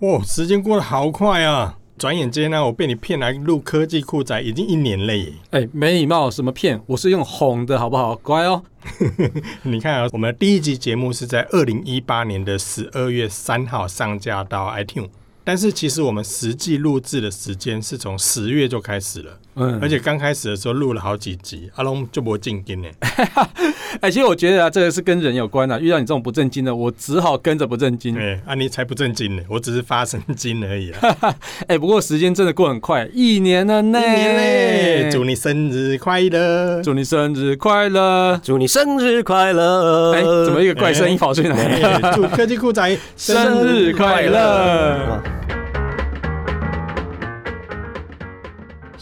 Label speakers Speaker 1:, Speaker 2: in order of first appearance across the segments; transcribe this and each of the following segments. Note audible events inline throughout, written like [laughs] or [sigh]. Speaker 1: 哇，时间过得好快啊！转眼间呢、我被你骗来录科技酷宅已经一年了耶。 [laughs]
Speaker 2: 哎，没礼貌，什么骗？我是用哄的好不好？乖哦。
Speaker 1: 你看啊，我们第一集节目是在二零一八年的十二月三号上架到 iTune，但是其实我们实际录制的时间是从十月就开始了，
Speaker 2: 嗯，
Speaker 1: 而且刚开始的时候录了好几集，阿龙就不进跟呢。
Speaker 2: 哎，其实我觉得啊，这个是跟人有关啊的、遇到你这种不正经的，我只好跟着不正经。
Speaker 1: 对，啊，你才不正经呢，我只是发神经而已啊！
Speaker 2: 哎，不过时间真的过很快， [laughs] 一年了呢，
Speaker 1: 一年嘞，祝你生日快
Speaker 2: [laughs]
Speaker 1: 乐！
Speaker 2: 祝你生日快乐！
Speaker 3: 祝你生日快乐！
Speaker 2: 哎，怎么一个怪声音跑出来？
Speaker 1: 呃哎祝科技酷宅
Speaker 2: 生日快乐！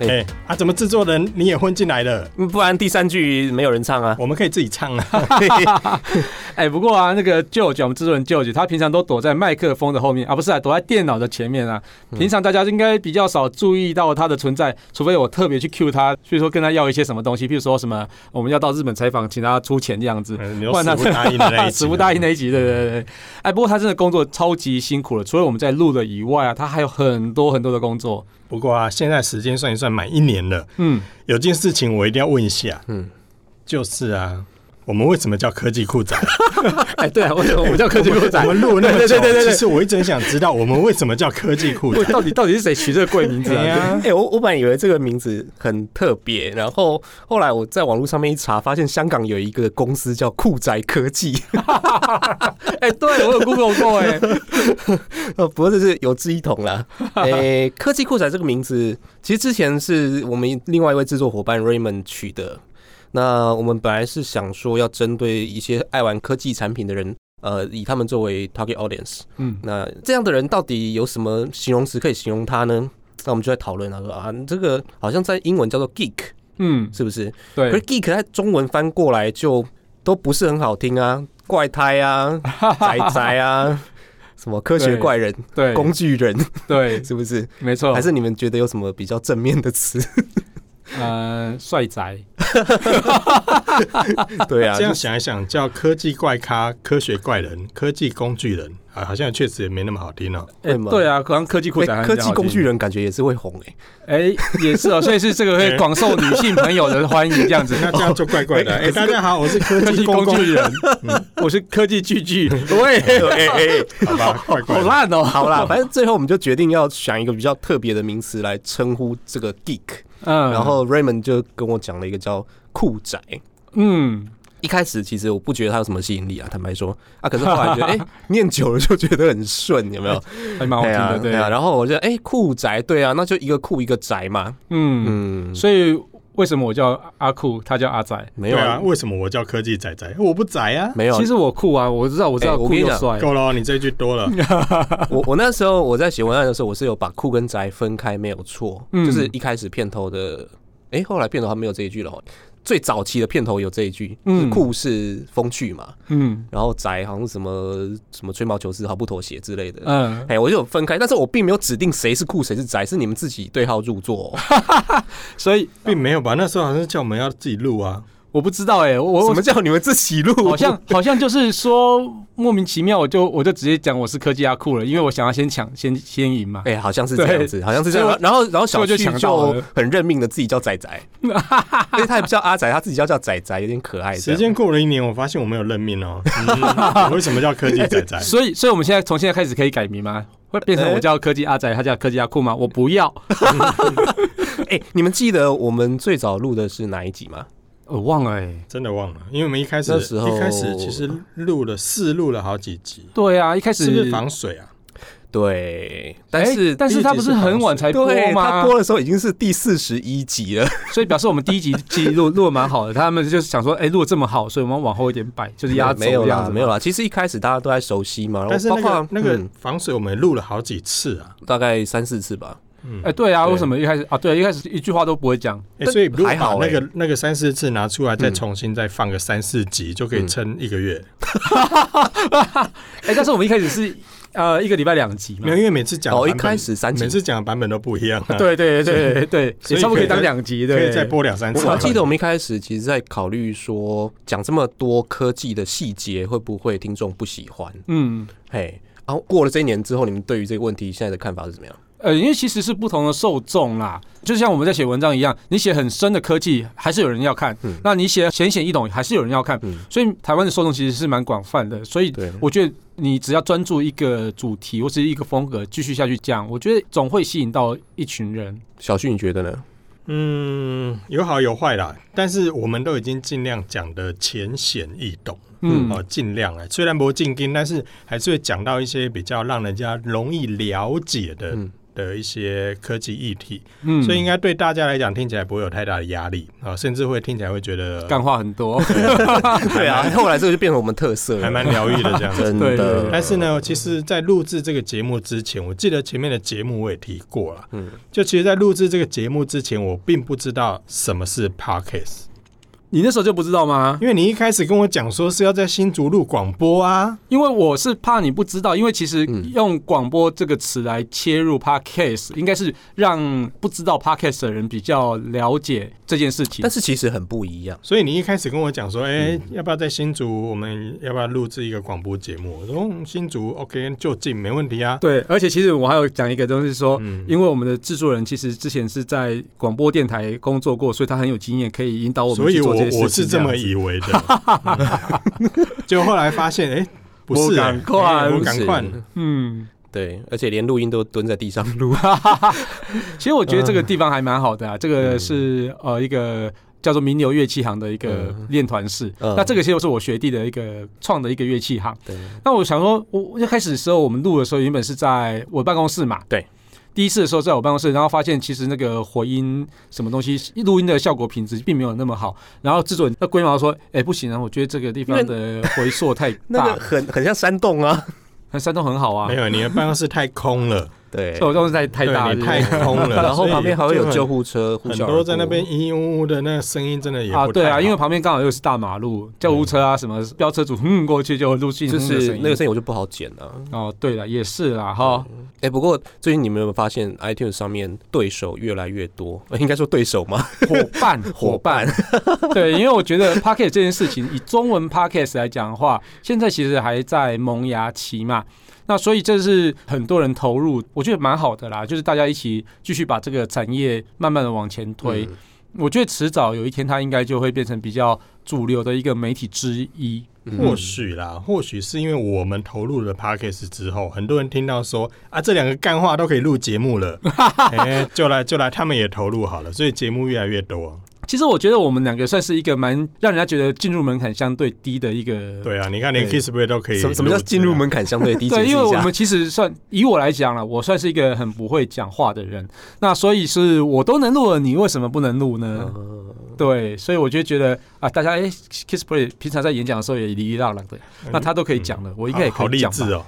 Speaker 1: 哎、
Speaker 3: 哎
Speaker 1: 啊，怎么制作人你也混进来了？
Speaker 3: 嗯不然第三句没有人唱啊。
Speaker 2: 哦
Speaker 1: 我们可以自己唱啊。
Speaker 2: [laughs] 哎，不过啊，那个舅舅，我们制作人舅舅，他平常都躲在麦克风的后面啊，不是啊，躲在电脑的前面啊。
Speaker 3: 嗯
Speaker 2: 平常大家应该比较少注意到他的存在，除非我特别去 cue 他，所以说跟他要一些什么东西，譬如说什么我们要到日本采访，请他出钱这样子。
Speaker 1: 嗯你都
Speaker 2: 换
Speaker 1: 死
Speaker 2: 他
Speaker 1: 不答应
Speaker 3: 啊
Speaker 1: 的那一集啊
Speaker 2: [laughs] 死不答应那一集，对对对。哎，不过他真的工作超级辛苦了，除了我们在录的以外啊，他还有很多很多的工作。
Speaker 1: 不过啊，现在时间算一算满一年了，
Speaker 2: 嗯，
Speaker 1: 有件事情我一定要问一下，
Speaker 3: 嗯，
Speaker 1: 就是啊，我们为什么叫科技酷宅？
Speaker 2: 哎，对啊，我我叫科技
Speaker 1: 我
Speaker 2: 狗 [laughs] 仔，
Speaker 1: 我们录了那么久，
Speaker 2: 对对对对对
Speaker 1: 其实我一直很想知道我们为什么叫科技酷
Speaker 2: 我
Speaker 3: [laughs]
Speaker 1: 宅。
Speaker 2: 到底到底是谁取这个贵名字
Speaker 1: 对
Speaker 2: 啊？
Speaker 1: 呀
Speaker 3: 哎、我我本来以为这个名字很特别，然后后来我在网络上面一查，发现香港有一个公司叫酷宅科技，
Speaker 2: 哎，对我有 Google 过
Speaker 3: [laughs]
Speaker 2: 哎，
Speaker 3: 呃，不过这是有志一同啦。哎、科技酷宅这个名字，其实之前是我们另外一位制作伙伴 Raymond 取的。那我们本来是想说要针对一些爱玩科技产品的人，呃，以他们作为 target audience。
Speaker 2: 嗯，
Speaker 3: 那这样的人到底有什么形容词可以形容他呢？那我们就在讨论他说啊，这个好像在英文叫做 geek，
Speaker 2: 嗯，
Speaker 3: 是不是？
Speaker 2: 对
Speaker 3: 可是，geek 它中文翻过来就都不是很好听啊，怪胎啊，宅宅啊，什么科学怪人、
Speaker 2: 对，
Speaker 3: 工具人，
Speaker 2: 对，哦
Speaker 3: 是不是？
Speaker 2: 没错，
Speaker 3: 还是你们觉得有什么比较正面的
Speaker 2: [laughs]
Speaker 3: 词？
Speaker 2: 呃，帅宅，
Speaker 3: 对啊，
Speaker 1: 这样
Speaker 3: 就是
Speaker 1: 想一想，叫科技怪咖、科学怪人、科技工具人啊，好像确实也没那么好听哦。
Speaker 3: 为什么
Speaker 2: 对啊，可能科技酷宅
Speaker 3: 哎
Speaker 2: 还是
Speaker 3: 科
Speaker 2: 比较
Speaker 3: 技
Speaker 2: 好听
Speaker 3: 工具，人感觉也是会红
Speaker 2: [laughs]
Speaker 3: 哎、
Speaker 2: 哎，也是哦，所以是这个会广受女性朋友的欢迎，这 [laughs] 样子。
Speaker 1: 那这样就怪怪的。哎、大家好，我是科
Speaker 2: 科技
Speaker 1: 技
Speaker 2: 工
Speaker 1: 工具 [laughs]
Speaker 2: 具人，我是科技巨巨，喂，
Speaker 1: 人，好啊吧，怪怪
Speaker 2: [laughs] 好
Speaker 1: 的。
Speaker 2: 烂哦，
Speaker 3: 哎好啦，反正最后我们就决定要想一个比较特别的名词来称呼这个 geek，、
Speaker 2: 嗯，
Speaker 3: 然后 Raymond 就跟我讲了一个叫酷宅。
Speaker 2: 嗯，
Speaker 3: 一开始其实我不觉得它有什么吸引力啊，坦白说啊，可是后来
Speaker 2: [laughs]
Speaker 3: 觉得，哎、念久了就觉得很顺，有没有？
Speaker 2: 还哎蛮好
Speaker 3: 对
Speaker 2: 听
Speaker 3: 啊，
Speaker 2: 的，对，
Speaker 3: 啊。然后我就哎、酷宅，对啊，那就一个酷一个宅嘛。
Speaker 2: 嗯，
Speaker 3: 嗯，
Speaker 2: 所以为什么我叫阿酷，他叫阿仔？
Speaker 3: 没
Speaker 1: 对
Speaker 3: 有
Speaker 1: 啊，，为什么我叫科技仔仔？我不宅啊。
Speaker 3: 没有啊。
Speaker 2: 其实我酷啊，我知道，我知道
Speaker 3: 哎我
Speaker 2: 酷
Speaker 3: 跟你
Speaker 2: 又
Speaker 3: 讲
Speaker 2: 帅，
Speaker 1: 够了哦，你这一句多了。
Speaker 2: 嗯
Speaker 3: 我我那时候我在写文案的时候，我是有把酷跟宅分开，没有错。
Speaker 2: 嗯
Speaker 3: 就是一开始片头的，哎、后来片头还没有这一句了哦。最早期的片头有这一句，
Speaker 2: 嗯
Speaker 3: 就是酷是风趣嘛，
Speaker 2: 嗯
Speaker 3: 然后宅好像什么什么吹毛求疵、毫不妥协之类的。
Speaker 2: 嗯，
Speaker 3: 哎、我就有分开，但是我并没有指定谁是酷谁是宅，是你们自己对号入座、
Speaker 2: [laughs]
Speaker 3: 哦。
Speaker 2: 所以
Speaker 1: 并没有吧？那时候好像是叫我们要自己录啊。
Speaker 2: 我不知道哎，我
Speaker 3: 什
Speaker 2: 我
Speaker 3: 么叫你们自己录？
Speaker 2: 好像 [laughs] 好像就是说莫名其妙，我就我就直接讲我是科技阿酷了，因为我想要先抢先先赢嘛。
Speaker 3: 哎、好像是这样子，好像是这样
Speaker 2: 所以。我
Speaker 3: 然后，然后小
Speaker 2: 所以我就
Speaker 3: 旭
Speaker 2: 抢到了
Speaker 3: 就很认命的自己叫
Speaker 2: [laughs]
Speaker 3: 仔仔，因为他也不叫阿仔，他自己要叫仔仔，有点可爱这
Speaker 1: 时
Speaker 3: 样。
Speaker 1: 间过了一年，我发现我没有认命
Speaker 3: [laughs]
Speaker 1: 哦。嗯我为什么叫科技仔仔？
Speaker 2: 所以所以我们现在从现在开始可以改名吗？会变成我叫科技阿仔，他叫科技阿酷吗？我不要，
Speaker 3: 哎、你们记得我们最早录的是哪一集吗？
Speaker 2: 我忘了哎。
Speaker 1: 真的忘了，因为我们一开始
Speaker 3: 那时候
Speaker 1: 一开始其实录了试录了好几集，
Speaker 2: 对啊，一开始
Speaker 1: 是不是防水啊？
Speaker 3: 对，
Speaker 2: 哎
Speaker 3: 但是、
Speaker 2: 但是他不是很晚才播
Speaker 3: 对他
Speaker 2: 吗？
Speaker 3: 播的时候已经是第四十一集了。
Speaker 2: 所以表示我们第一集记录录的蛮好的，他们就是想说，哎，录的这么好，所以我们往后一点摆，就是压轴
Speaker 3: [laughs] 没有
Speaker 2: 这样
Speaker 3: 啦，
Speaker 2: 子嘛
Speaker 3: 没有啦。其实一开始大家都在熟悉嘛，然
Speaker 1: 但
Speaker 3: 后
Speaker 1: 是那
Speaker 3: 包括
Speaker 1: 个那个
Speaker 3: 嗯
Speaker 1: 防水我们录了好几次啊，
Speaker 3: 大概三四次吧。
Speaker 1: 嗯，
Speaker 2: 哎，对啊，
Speaker 3: 对
Speaker 2: 为什么一开始啊？对，一开始一句话都不会讲。
Speaker 1: 哎
Speaker 3: 但
Speaker 1: 所以如果把
Speaker 3: 还好
Speaker 1: 那
Speaker 3: 哎
Speaker 1: 个、那个三四次拿出来，再
Speaker 3: 嗯
Speaker 1: 重新再放个三四集，就可以撑一个月。
Speaker 2: [laughs] 哎，但是我们一开始是呃一个礼拜两集嘛
Speaker 1: 没有，。因为每次讲的
Speaker 3: 哦，一
Speaker 1: 版本
Speaker 3: 开始三集
Speaker 1: 每，次讲的版本都不一样、啊，，
Speaker 2: 对对对对对，
Speaker 1: 所以
Speaker 2: 也差不多可以当
Speaker 1: 可以
Speaker 2: 两集，对，
Speaker 1: 可以再播两三次。
Speaker 3: 我还记得我们一开始其实在考虑说，讲这么多科技的细节，会不会听众不喜欢？
Speaker 2: 嗯，
Speaker 3: 嘿，然后过了这一年之后，你们对于这个问题现在的看法是怎么样？
Speaker 2: 呃，因为其实是不同的受众啦，就像我们在写文章一样，你写很深的科技，还是有人要看；
Speaker 3: 嗯
Speaker 2: 那你写浅显易懂，还是有人要看。
Speaker 3: 嗯，
Speaker 2: 所以台湾的受众其实是蛮广泛的，所以
Speaker 3: 对，
Speaker 2: 我觉得你只要专注一个主题或是一个风格，继续下去讲，我觉得总会吸引到一群人。
Speaker 3: 小旭你觉得呢？
Speaker 1: 嗯，有好有坏啦，但是我们都已经尽量讲的浅显易懂，
Speaker 2: 嗯，
Speaker 1: 哦，尽量来，虽然不进经，但是还是会讲到一些比较让人家容易了解的、
Speaker 3: 嗯
Speaker 1: 的一些科技议题，
Speaker 2: 嗯
Speaker 1: 所以应该对大家来讲听起来不会有太大的压力啊、甚至会听起来会觉得
Speaker 2: 干话很多。
Speaker 3: 对
Speaker 1: [laughs]
Speaker 3: 啊，后来这个就变成我们特色
Speaker 1: 还
Speaker 3: 了，
Speaker 1: 蛮疗愈的这样
Speaker 3: [laughs]
Speaker 1: 子。
Speaker 3: 真
Speaker 2: 对对
Speaker 3: 的
Speaker 2: 对。
Speaker 1: 但是呢，其实，在录制这个节目之前，我记得前面的节目我也提过了。
Speaker 3: 嗯
Speaker 1: 嗯，就其实，在录制这个节目之前，我并不知道什么是 podcast，
Speaker 2: [laughs] 你那时候就不知道吗？
Speaker 1: 因为你一开始跟我讲说是要在新竹录广播啊，
Speaker 2: 因为我是怕你不知道，因为其实
Speaker 3: 嗯
Speaker 2: 用“广播”这个词来切入 podcast，应该是让不知道 podcast 的人比较了解这件事情
Speaker 3: 但。是其实很不一样，
Speaker 1: 所以你一开始跟我讲说，哎、
Speaker 2: 嗯
Speaker 1: 要不要在新竹，我们要不要录制一个广播节目？我说、嗯新竹 OK，就近没问题啊。
Speaker 2: [laughs] 对，而且其实我还有讲一个东西说，
Speaker 1: 嗯，
Speaker 2: 因为我们的制作人其实之前是在广播电台工作过，所以他很有经验，可以引导哦我们
Speaker 1: 所以
Speaker 2: 去做
Speaker 1: 我
Speaker 2: 这些事情。
Speaker 1: 我是这么
Speaker 2: 样子
Speaker 1: 以为的，
Speaker 2: [laughs]
Speaker 1: 就后来发现，哎、不是、欸，
Speaker 2: 赶快
Speaker 1: 哎我
Speaker 2: 不
Speaker 1: 赶快，
Speaker 2: 嗯，
Speaker 3: 对，而且连录音都蹲在地上录，啊
Speaker 2: 其实我觉得
Speaker 3: 嗯
Speaker 2: 这个地方还蛮好的啊，这个是呃一个。叫做名流乐器行的一个练团室，
Speaker 3: 嗯
Speaker 2: 那这个就是我学弟的一个创的一个乐器行。
Speaker 3: 对，
Speaker 2: 那我想说，我我一开始的时候，我们录的时候原本是在我办公室嘛，
Speaker 3: 对。
Speaker 2: 第一次的时候在我办公室，然后发现其实那个回音什么东西，录音的效果品质并没有那么好。然后制作人那龟毛说：“哎、不行啊，我觉得这个地
Speaker 3: [laughs]
Speaker 2: 方的回溯太
Speaker 3: [laughs] 那
Speaker 2: 大
Speaker 3: 个，很很像山洞啊，
Speaker 2: 那山东很好啊
Speaker 1: 没，有，你的办公室太空了。
Speaker 3: 对
Speaker 2: 所以，我当时太太
Speaker 1: 对
Speaker 2: 大
Speaker 1: 你
Speaker 2: 了，
Speaker 1: 太空
Speaker 2: [laughs]
Speaker 1: 了，
Speaker 3: 然后
Speaker 1: 所以
Speaker 3: 旁边还会有
Speaker 1: 就
Speaker 3: 救护车呼
Speaker 1: 很
Speaker 3: 啸而
Speaker 1: 多在那
Speaker 3: 过
Speaker 1: 边嘤嘤呜呜的，那个声音真的也不
Speaker 2: 啊，对
Speaker 1: 太好
Speaker 2: 啊，因为旁边刚好又是大马路，救护车啊什么飙车主哼过去就录进
Speaker 3: 就
Speaker 2: 哼的
Speaker 3: 是
Speaker 2: 声音
Speaker 3: 那个声音我就不好剪了、啊。
Speaker 2: 哦，对了，也是啦哈，
Speaker 3: 哎、不过最近你们有没有发现 iTunes 上面对手越来越多？ [laughs] 呃应该说对手吗？
Speaker 2: 伙伴，伙伴，对，因为我觉得 p o c k e t 这件事情，以中文 p o c k e t 来讲的话，现在其实还在萌芽期嘛。那所以这是很多人投入，我觉得蛮好的啦，就是大家一起继续把这个产业慢慢的往前推。
Speaker 3: 嗯
Speaker 2: 我觉得迟早有一天，它应该就会变成比较主流的一个媒体之一。
Speaker 1: 或许啦，或许是因为我们投入了 podcast 之后，很多人听到说啊，这两个干话都可以录节目
Speaker 2: [laughs]
Speaker 1: 了，哎，就来就来，他们也投入好了，所以节目越来越多。
Speaker 2: 其实我觉得我们两个算是一个蛮让人家觉得进入门槛相对低的一个
Speaker 1: 对啊，你看连
Speaker 3: 对
Speaker 1: Kiss Play 都可以录制啊，
Speaker 3: 什么什么叫进入门槛相对低？
Speaker 2: 对，
Speaker 3: 解释
Speaker 2: 因为
Speaker 3: 一
Speaker 2: 我
Speaker 3: 下
Speaker 2: 们其实算以我来讲了，我算是一个很不会讲话的人，那所以是我都能录了，你为什么不能录
Speaker 1: 嗯
Speaker 2: 呢？
Speaker 3: 呃
Speaker 2: 对，所以我就觉得啊，大家哎，Kissplay 平常在演讲的时候也哩哩啦啦的，
Speaker 1: 嗯？
Speaker 2: 那他都可以讲了，我
Speaker 1: 我
Speaker 2: 应该也
Speaker 1: 好
Speaker 2: 可以
Speaker 1: 励
Speaker 2: 讲
Speaker 1: 志
Speaker 2: 吧？
Speaker 1: 哦，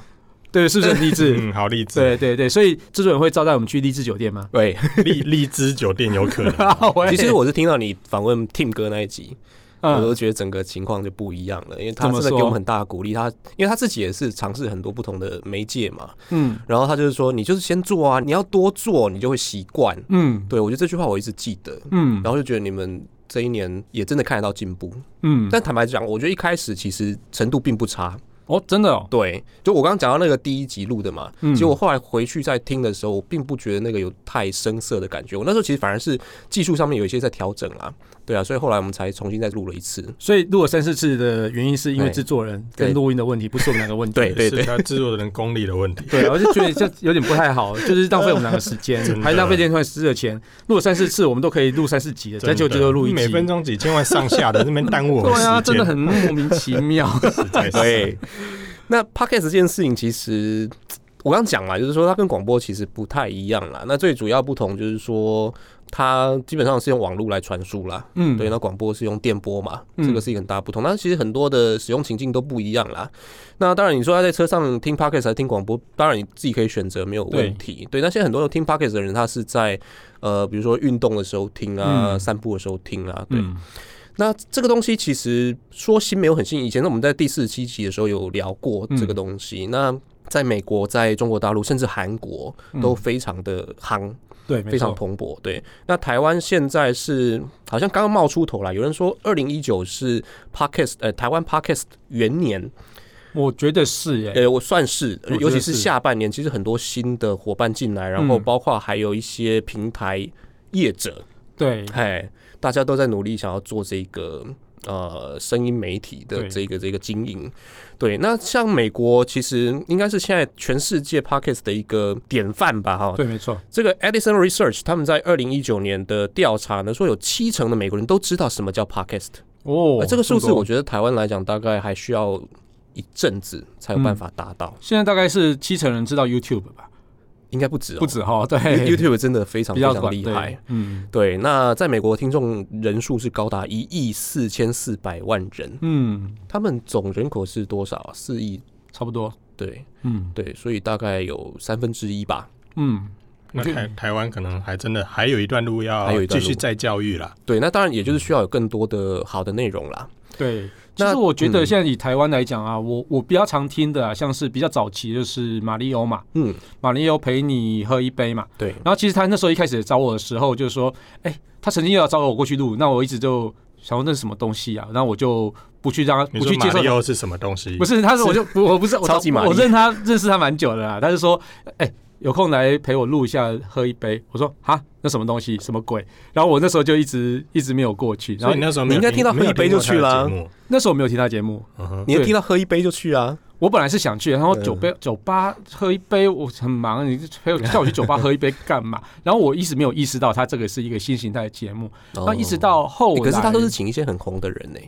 Speaker 2: 对，是不是很励志？
Speaker 1: [laughs] 嗯，好励志，
Speaker 2: 对对对，所以制作人会招待我们去励志酒
Speaker 1: [laughs]
Speaker 2: 店吗？。
Speaker 3: 对，
Speaker 1: 励励志酒店有可能
Speaker 2: [laughs] 我也
Speaker 3: 其实我是听到你访问 Tim 哥那一集，我
Speaker 2: 嗯
Speaker 3: 都觉得整个情况就不一样了，因为他
Speaker 2: 怎么
Speaker 3: 真的给
Speaker 2: 说
Speaker 3: 我们很大的鼓励。他因为他自己也是尝试很多不同的媒介嘛，
Speaker 2: 嗯
Speaker 3: 然后他就是说，你就是先做啊，你要多做，你就会习惯。
Speaker 2: 嗯
Speaker 3: 对我觉得这句话我一直记得，
Speaker 2: 嗯
Speaker 3: 然后就觉得你们这一年也真的看得到进步。
Speaker 2: 嗯，
Speaker 3: 但坦白讲，我觉得一开始其实程度并不差。
Speaker 2: 哦，真的哦，
Speaker 3: 对，就我刚刚讲到那个第一集录的嘛，
Speaker 2: 嗯
Speaker 3: 其实我后来回去再听的时候，我并不觉得那个有太生涩的感觉。我那时候其实反而是技术上面有一些在调整啦，对啊，所以后来我们才重新再录了一次。
Speaker 2: 所以录了三四次的原因是因为
Speaker 3: 对
Speaker 2: 制作人
Speaker 3: 对
Speaker 2: 跟录音的问题，不是我们两个问题。
Speaker 3: 对对
Speaker 1: 是
Speaker 3: 对，
Speaker 1: 他制作人功力的问题。
Speaker 2: 对，我就觉得这有点不太好，就是浪费我们两个时
Speaker 3: [laughs]
Speaker 2: 间
Speaker 1: 真，的
Speaker 2: 还浪费电传师的钱。录了三四次，我们都可以录三四集了，
Speaker 1: 真的
Speaker 2: 再就就录一集。
Speaker 1: 每分钟几千万上下的，那边耽误我
Speaker 2: [laughs]
Speaker 1: 们时
Speaker 2: 对
Speaker 1: 间，
Speaker 2: 啊，真
Speaker 1: [laughs]
Speaker 2: 的很莫名其妙。
Speaker 1: 实在是
Speaker 3: [laughs] 对。那 podcast 这件事情，其实我刚讲嘛，就是说它跟广播其实不太一样啦。那最主要不同就是说，它基本上是用网络来传输啦。
Speaker 2: 嗯，
Speaker 3: 对，那广播是用电波嘛，
Speaker 2: 嗯
Speaker 3: 这个是一个很大不同。那其实很多的使用情境都不一样啦。那当然，你说他在车上听 podcast 还是听广播，当然你自己可以选择，没有问题。对，那现在很多听 podcast 的人，他是在呃，比如说运动的时候听啊，
Speaker 2: 嗯
Speaker 3: 散步的时候听啊，对。
Speaker 2: 嗯
Speaker 3: 那这个东西其实说新没有很新，以前我们在第四十七集的时候有聊过
Speaker 2: 嗯
Speaker 3: 这个东西。那在美国、在中国大陆，甚至韩国
Speaker 2: 嗯
Speaker 3: 都非常的夯，
Speaker 2: 对，
Speaker 3: 非常蓬勃。对，那台湾现在是好像刚刚冒出头来，有人说二零一九是 podcast 呃台湾 podcast 元年，
Speaker 2: 我觉得是耶，
Speaker 3: 呃，我算是
Speaker 2: 我觉，得
Speaker 3: 尤其是
Speaker 2: 是
Speaker 3: 下半年，其实很多新的伙伴进来，然后
Speaker 2: 嗯
Speaker 3: 包括还有一些平台业者，
Speaker 2: 对，
Speaker 3: 哎、大家都在努力想要做这个呃声音媒体的
Speaker 1: 对
Speaker 3: 这个这个经营。对，那像美国其实应该是现在全世界 podcast 的一个典范吧，哈。
Speaker 2: 对，没错，
Speaker 3: 这个 Edison Research 他们在二零一九年的调查呢，说有七成的美国人都知道什么叫 podcast，、
Speaker 2: 哦
Speaker 3: 而，呃这个数字
Speaker 2: 么多
Speaker 3: 我觉得台湾来讲大概还需要一阵子才有办法达到，
Speaker 2: 现在大概是七成人知道 YouTube 吧，
Speaker 3: 应该不止、哦，
Speaker 2: 不止哈，对
Speaker 3: YouTube 真的非常
Speaker 2: 比
Speaker 3: 非
Speaker 2: 较
Speaker 3: 常
Speaker 2: 短
Speaker 3: 厉
Speaker 2: 对
Speaker 3: 害。
Speaker 2: 嗯
Speaker 3: 对，那在美国听众人数是高达一亿四千四百万人，
Speaker 2: 嗯，
Speaker 3: 他们总人口是多少啊？四亿，
Speaker 2: 差不多，
Speaker 3: 对
Speaker 2: 嗯
Speaker 3: 对，所以大概有三分之一吧。
Speaker 2: 嗯，
Speaker 1: 那台台湾可能还真的还有一段路
Speaker 3: 还有
Speaker 1: 要
Speaker 3: 一段
Speaker 1: 继
Speaker 3: 路
Speaker 1: 续再教育啦。
Speaker 3: 对，那当然也就是需要有更多的好的内容啦。
Speaker 2: 对。其
Speaker 3: 那
Speaker 2: 实我觉得
Speaker 3: 嗯
Speaker 2: 现在以台湾来讲啊，我我比较常听的啊，像是比较早期就是马里欧嘛，
Speaker 3: 嗯，
Speaker 2: 马里欧陪你喝一杯嘛，
Speaker 3: 对，
Speaker 2: 然后其实他那时候一开始找我的时候，就是说，哎、他曾经要找我过去录，那我一直就想说那是什么东西啊，然后我就不去让他
Speaker 1: 你
Speaker 2: 不
Speaker 1: 说
Speaker 2: 去
Speaker 1: 马
Speaker 2: 接受
Speaker 1: 里
Speaker 2: 他。
Speaker 1: 奥是什么东西？
Speaker 2: 不是，他说我就不我不是我
Speaker 3: 超级玛丽
Speaker 2: 我认他认识他蛮久的啦。他就说，哎、有空来陪我录一下，喝一杯。我说哈，那什么东西，什么鬼？然后我那时候就一直一直没有过去。然
Speaker 1: 所以
Speaker 2: 后
Speaker 1: 你那时候没有
Speaker 3: 你应该听到喝
Speaker 1: 没有
Speaker 3: 一杯
Speaker 1: 听
Speaker 3: 就
Speaker 1: 过他的
Speaker 3: 去啦
Speaker 1: 节目
Speaker 2: 那时候没有听他节目，
Speaker 1: 嗯哼
Speaker 3: 你要
Speaker 2: 对
Speaker 3: 听到喝一杯就去啊。
Speaker 2: 我本来是想去，然后
Speaker 3: 嗯
Speaker 2: 酒杯、酒吧喝一杯，我很忙，你陪我叫我去酒吧喝一杯干嘛？ [laughs] 然后我一直没有意识到他这个是一个新形态的节目。那一直到后
Speaker 3: 哦、
Speaker 2: 来、
Speaker 3: 欸可是他都是请一些很红的人呢、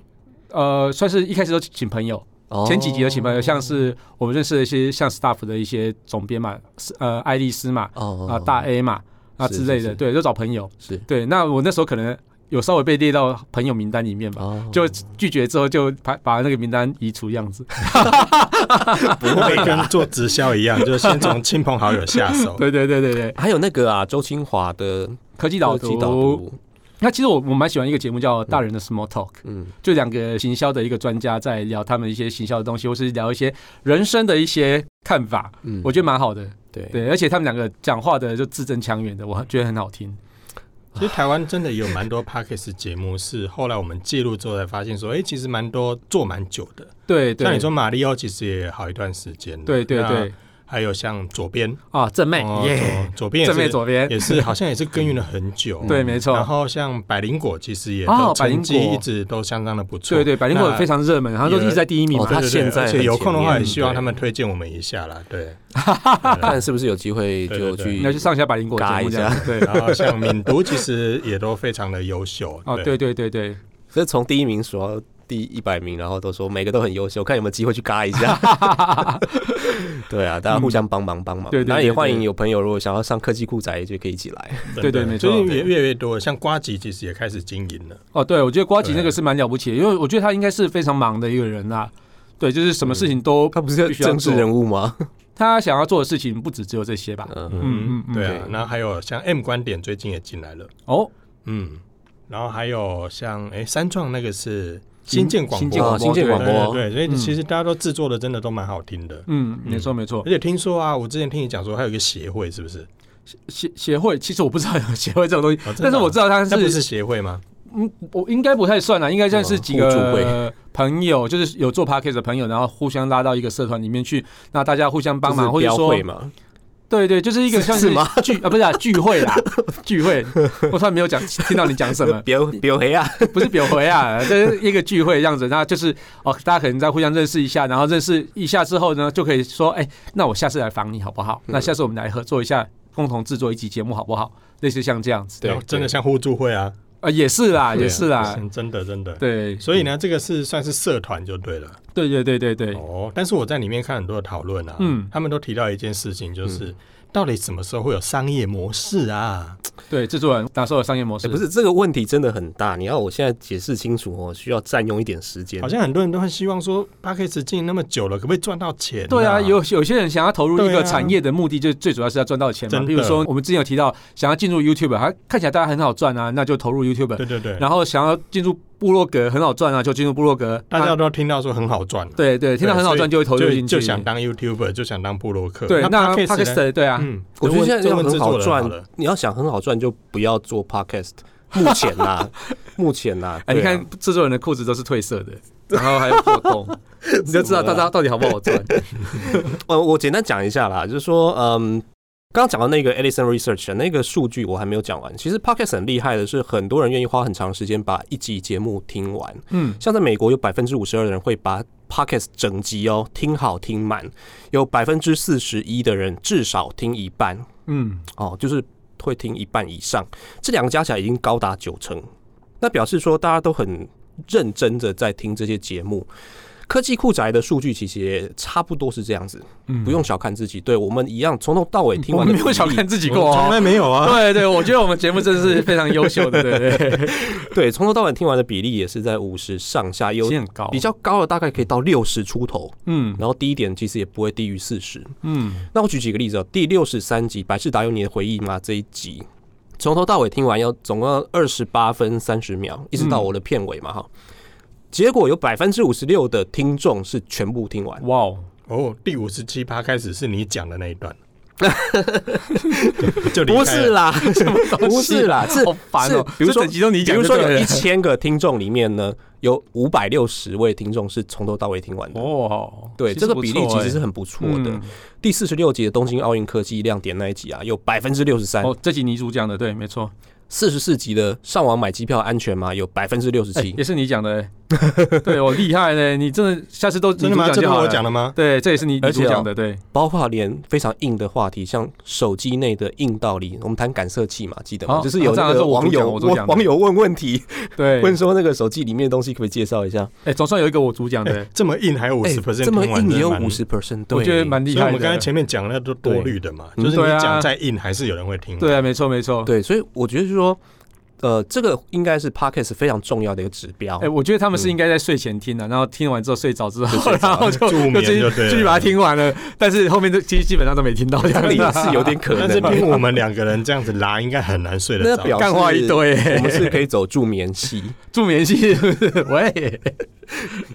Speaker 2: 呃，算是一开始都请朋友，
Speaker 3: 哦
Speaker 2: 前几集有请朋友，像是我们认识的一些像 staff 的一些总编嘛，是呃，爱丽丝嘛，
Speaker 3: 哦
Speaker 2: 啊、大 A 嘛，啊
Speaker 3: 是
Speaker 2: 之类
Speaker 3: 是
Speaker 2: 的，
Speaker 3: 是
Speaker 2: 对，就找朋友。
Speaker 3: 是
Speaker 2: 对，那我那时候可能有稍微被列到朋友名单里面吧。
Speaker 3: 哦
Speaker 2: 就拒绝之后，就把把那个名单移除，样
Speaker 3: 哦
Speaker 2: 子。
Speaker 1: 不会跟做直销 [laughs] 一样，就是先从亲朋好友下手。
Speaker 2: 对对对对对，
Speaker 3: 还有那个啊，周清华的
Speaker 2: 科技导
Speaker 3: 科
Speaker 2: 读。
Speaker 3: 技导读，
Speaker 2: 那其实我我蛮喜欢一个节目叫《大人的 Small Talk》，
Speaker 3: 嗯，
Speaker 2: 就两个行销的一个专家在聊他们一些行销的东西，或是聊一些人生的一些看法，
Speaker 3: 嗯
Speaker 2: 我觉得蛮好的。
Speaker 3: 对
Speaker 2: 对，而且他们两个讲话的就字正腔圆的，我觉得很好听。
Speaker 1: [laughs] 其实台湾真的有蛮多 podcast 节目，是后来我们记录之后才发现说，哎、其实蛮多做蛮久的。
Speaker 2: 对对，
Speaker 1: 像你说马里奥，其实也好一段时间了。
Speaker 2: 对对对
Speaker 1: 那还有像左边，
Speaker 2: 啊，正妹
Speaker 1: 哦
Speaker 2: 耶，
Speaker 1: 左左边也
Speaker 2: 正妹
Speaker 1: 是
Speaker 2: 左边，
Speaker 1: 也是好像也是耕耘了很久。
Speaker 2: [laughs] 对，没
Speaker 1: 然
Speaker 2: 错，
Speaker 1: 后像百灵果，其实也
Speaker 2: 哦
Speaker 1: 都成绩
Speaker 2: 百灵果
Speaker 1: 一直都相当的不错。
Speaker 2: 对对，百灵果
Speaker 1: 那
Speaker 2: 非常热门，然后都一直在第一名
Speaker 3: 哦
Speaker 2: 嘛。
Speaker 1: 对对对
Speaker 3: 他现在
Speaker 1: 而且有空的话，
Speaker 3: 很前面
Speaker 1: 也希望
Speaker 3: 对
Speaker 1: 他们推荐我们一下啦。对，
Speaker 3: 看是不是有机会
Speaker 2: [laughs]
Speaker 1: 对
Speaker 3: 就
Speaker 1: 对对
Speaker 3: 去
Speaker 2: 你要去上一下百灵果
Speaker 3: 嘎
Speaker 2: 节目
Speaker 3: 一
Speaker 2: 这样
Speaker 3: 下，
Speaker 2: 对，
Speaker 1: 然后像敏读，其实也都非常的优秀。
Speaker 2: 哦，对对对对，
Speaker 3: 所以从第一名数到第一百名，然后都说每个都很优
Speaker 2: [laughs]
Speaker 3: 秀，看有没有机会去嘎一下。对啊，大家互相帮忙帮忙。
Speaker 2: 嗯对对对
Speaker 3: 当然也欢
Speaker 2: 对
Speaker 3: 迎有朋友如果想要上科技酷宅，就可以一起来。
Speaker 1: 真
Speaker 2: 对对
Speaker 1: 的
Speaker 2: 没
Speaker 1: 最近
Speaker 2: 错
Speaker 1: 也越来越多，像瓜吉其实也开始经营了。
Speaker 2: 哦，对，我觉得瓜吉
Speaker 1: 对
Speaker 2: 那个是蛮了不起的，因为我觉得他应该是非常忙的一个人啦。对，就是什么事情都
Speaker 3: 嗯他不是
Speaker 2: 必须要
Speaker 3: 政治
Speaker 2: 做
Speaker 3: 人物吗？
Speaker 2: 他想要做的事情不止只有这些吧？
Speaker 3: 嗯，
Speaker 2: 嗯嗯嗯
Speaker 1: 对啊。
Speaker 3: 对
Speaker 1: 然后还有像 M 观点最近也进来了，
Speaker 2: 哦，
Speaker 1: 嗯，然后还有像哎三创那个是新建广
Speaker 2: 新
Speaker 1: 播
Speaker 2: 建
Speaker 1: 啊，
Speaker 3: 哦新建
Speaker 1: 对
Speaker 3: 广播
Speaker 1: 对，对所以
Speaker 2: 嗯
Speaker 1: 其实大家都制作的真的都蛮好听的。
Speaker 2: 嗯，没错没错
Speaker 1: 而。且听说啊，我之前听你讲说还有一个协会，是不是？
Speaker 2: 协协会其实我不知道有协会这种东西，
Speaker 3: 啊
Speaker 1: 哦真的
Speaker 2: 但是我知道他
Speaker 1: 那不是
Speaker 2: 是，
Speaker 1: 协会吗？
Speaker 2: 嗯，我应该不太算了，应该算是几
Speaker 3: 什么哦互助
Speaker 2: 个朋友，就是有做 podcast 的朋友，然后互相拉到一个社团里面去，那大家互相帮忙，
Speaker 3: 就
Speaker 2: 或
Speaker 3: 是
Speaker 2: 者
Speaker 3: 标
Speaker 2: 说
Speaker 3: 会，嘛，
Speaker 2: 对对，就是一个像
Speaker 3: 是吗
Speaker 2: 聚啊，不是啊，聚会
Speaker 3: [laughs]
Speaker 2: 啦，聚会。我突然没有讲，听到你讲什么，
Speaker 3: 标标黑啊，
Speaker 2: [laughs] 不是表回啊，这是一个聚会这样子，那就是哦，大家可能再互相认识一下，然后认识一下之后呢，就可以说，哎、那我下次来访你好不好？
Speaker 1: 嗯
Speaker 2: 那下次我们来合作一下，共同制作一集节目好不好？类似像这样子，
Speaker 3: 对
Speaker 1: 然后真的
Speaker 3: 对
Speaker 1: 像互助会啊，
Speaker 2: 啊，也是啦，
Speaker 1: 对啊啊
Speaker 2: 也是啦，，
Speaker 1: 真的真的。
Speaker 2: 对，
Speaker 1: 所以呢，这个是算是社团就对了。
Speaker 2: 对对对对对，
Speaker 1: 哦，但是我在里面看很多的讨论啊，
Speaker 2: 嗯
Speaker 1: 他们都提到一件事情，就是、
Speaker 3: 嗯
Speaker 1: 到底什么时候会有商业模式啊？
Speaker 2: 对，制作人哪时候有商业模式？
Speaker 3: 哎不是这个问题真的很大，你要我现在解释清楚哦，需要占用一点时间。
Speaker 1: 好像很多人都会希望说 p a c k a g 进那么久了，可不可以赚到钱、
Speaker 2: 对啊，有有些人想要投入一
Speaker 1: 对啊
Speaker 2: 个产业的目的，就最主要是要赚到钱嘛。
Speaker 1: 真的
Speaker 2: 比如说，我们之前有提到，想要进入 YouTube，它看起来大家很好赚啊，那就投入 YouTube；
Speaker 1: 对对对，
Speaker 2: 然后想要进入部落格，很好赚啊，就进入部落格。
Speaker 1: 大
Speaker 2: 那
Speaker 1: 家都听到说很好赚、啊，
Speaker 2: 对对，听到很好赚就会投入
Speaker 1: 就
Speaker 2: 进去，
Speaker 1: 就想当 YouTuber，就想当布洛克。
Speaker 2: 对。那
Speaker 1: p a c k a g
Speaker 2: Podcast 对啊，
Speaker 1: 嗯，
Speaker 3: 我觉得现在
Speaker 1: 就
Speaker 3: 要
Speaker 1: 问制
Speaker 3: 很
Speaker 1: 作
Speaker 3: 好
Speaker 1: 人
Speaker 3: 赚
Speaker 1: 好了，
Speaker 3: 你要想很好赚，就不要做 podcast。目前啦，目前啦，
Speaker 2: 哎，你
Speaker 3: 对啊
Speaker 2: 看制作人的裤子都是褪色的，然后还有破 [laughs] 洞，你就知道大家到底好不好赚。
Speaker 3: 呃，我简单讲一下啦，就是说，嗯，刚刚讲到那个 Edison Research 的那个数据我还没有讲完。其实 Podcast 很厉害的是，很多人愿意花很长时间把一集节目听完。
Speaker 2: 嗯，
Speaker 3: 像在美国有百分之五十二的人会把 Podcast 整集哦听好听满，有百分之四十一的人至少听一半
Speaker 2: 嗯，
Speaker 3: 哦，就是会听一半以上。这两个加起来已经高达九成，那表示说大家都很认真的在听这些节目。科技酷宅的数据其实也差不多是这样子，
Speaker 2: 嗯
Speaker 3: 不用小看自己，对我们一样从头到尾听
Speaker 2: [laughs] 我
Speaker 3: 完
Speaker 2: 们
Speaker 3: 的
Speaker 2: 没有
Speaker 3: 比
Speaker 2: 小
Speaker 3: 例
Speaker 2: 看自己过
Speaker 1: 我从
Speaker 2: 哦。
Speaker 1: 来没有
Speaker 2: [laughs]
Speaker 1: 啊。
Speaker 2: 对对，我觉得我们节目真的是非常优秀的，对对对，
Speaker 3: 对，从头到尾听完的比例也是在五十上下，有
Speaker 2: 其实很高，
Speaker 3: 比较高的大概可以到六十出头，
Speaker 2: 嗯
Speaker 3: 然后低一点其实也不会低于四十。
Speaker 2: 嗯。
Speaker 3: 那我举几个例子哦，第六十三集《百事达有你的回忆吗》这一集，从头到尾听完要总共要二十八分三十秒，一直
Speaker 2: 嗯
Speaker 3: 到我的片尾嘛哈。结果有百分之五十六的听众是全部听完，
Speaker 2: 哇哦，
Speaker 1: 哦，第五十七趴开始是你讲的那一
Speaker 3: [laughs]
Speaker 1: 段，就离开
Speaker 3: 不
Speaker 1: 了
Speaker 3: 是
Speaker 2: [laughs]
Speaker 3: 啦，不是啦，是
Speaker 2: 好烦哦！
Speaker 3: 比如
Speaker 2: 这
Speaker 3: 说
Speaker 2: 整集都你
Speaker 3: 比
Speaker 2: 讲
Speaker 3: 如
Speaker 2: 就
Speaker 3: 说
Speaker 2: 对了，
Speaker 3: 有一千个听众里面呢，有五百六十位听众是从头到尾听完的。
Speaker 2: 哦，
Speaker 3: 对，
Speaker 2: 其
Speaker 3: 这
Speaker 2: 实
Speaker 3: 个
Speaker 2: 不
Speaker 3: 比
Speaker 2: 错
Speaker 3: 例其实
Speaker 2: 欸
Speaker 3: 是很不错的。
Speaker 2: 嗯
Speaker 3: 第四十六集的东京奥运科技亮点那一集啊，有百分之六十三；
Speaker 2: 哦，这集你主讲的对，没错，
Speaker 3: 四十四集的上网买机票安全吗？有百分之六十
Speaker 2: 哎
Speaker 3: 七。
Speaker 2: 也是你讲 [laughs] 的欸，对我厉害嘞！你真的下次都
Speaker 1: 真的吗？
Speaker 2: 你主
Speaker 1: 这不
Speaker 2: 讲就是好
Speaker 1: 我
Speaker 2: 了
Speaker 1: 讲的吗？
Speaker 2: [laughs] 对，这也是你
Speaker 3: 而
Speaker 2: 你
Speaker 3: 且
Speaker 2: 主
Speaker 3: 哦
Speaker 2: 讲的对，
Speaker 3: 包括连非常硬的话题，像手机内的硬道理，我们谈感测器嘛，记得吗？
Speaker 2: 哦
Speaker 3: 就是有
Speaker 2: 哦这样
Speaker 3: 那个
Speaker 2: 这我
Speaker 3: 网
Speaker 2: 主讲
Speaker 3: 友
Speaker 2: 我主讲
Speaker 3: 网网友问问题，
Speaker 2: 对，
Speaker 3: 问说那个手机里面的东西可不可以介绍一下？
Speaker 2: 哎，总算有一个我主讲的，
Speaker 1: 这么硬还有五
Speaker 3: 哎
Speaker 1: 十 percent，
Speaker 3: 这么硬也有五十 percent，
Speaker 2: 我觉得蛮厉
Speaker 1: 所以我
Speaker 2: 害
Speaker 1: 们刚才
Speaker 2: 的。
Speaker 1: 前面讲的都多虑的嘛，
Speaker 3: 对
Speaker 1: 就是你
Speaker 2: 嗯对啊
Speaker 1: 讲再硬，还是有人会听。
Speaker 2: 对啊，没错没错。
Speaker 3: 对，所以我觉得就是说，呃，这个应该是 podcast 非常重要的一个指标。
Speaker 2: 哎，我觉得他们是应该在睡前听啊的，然后听完之后睡着之后，然后就
Speaker 1: 助眠
Speaker 2: 继续
Speaker 1: 就对了
Speaker 2: 继续把它听完了，但是后面都其实基本上都没听到，这
Speaker 3: [laughs] 这
Speaker 2: 样
Speaker 3: 里
Speaker 2: 子
Speaker 3: 是有点可
Speaker 1: 但是
Speaker 2: [laughs]
Speaker 3: 能啊，
Speaker 1: 听我们两个人这样子拉，应该很难睡得
Speaker 3: 那
Speaker 1: 着。
Speaker 3: 表
Speaker 2: 干话一堆欸
Speaker 3: 我们是可以走助眠系，
Speaker 2: [laughs] 助眠系， [laughs] 喂，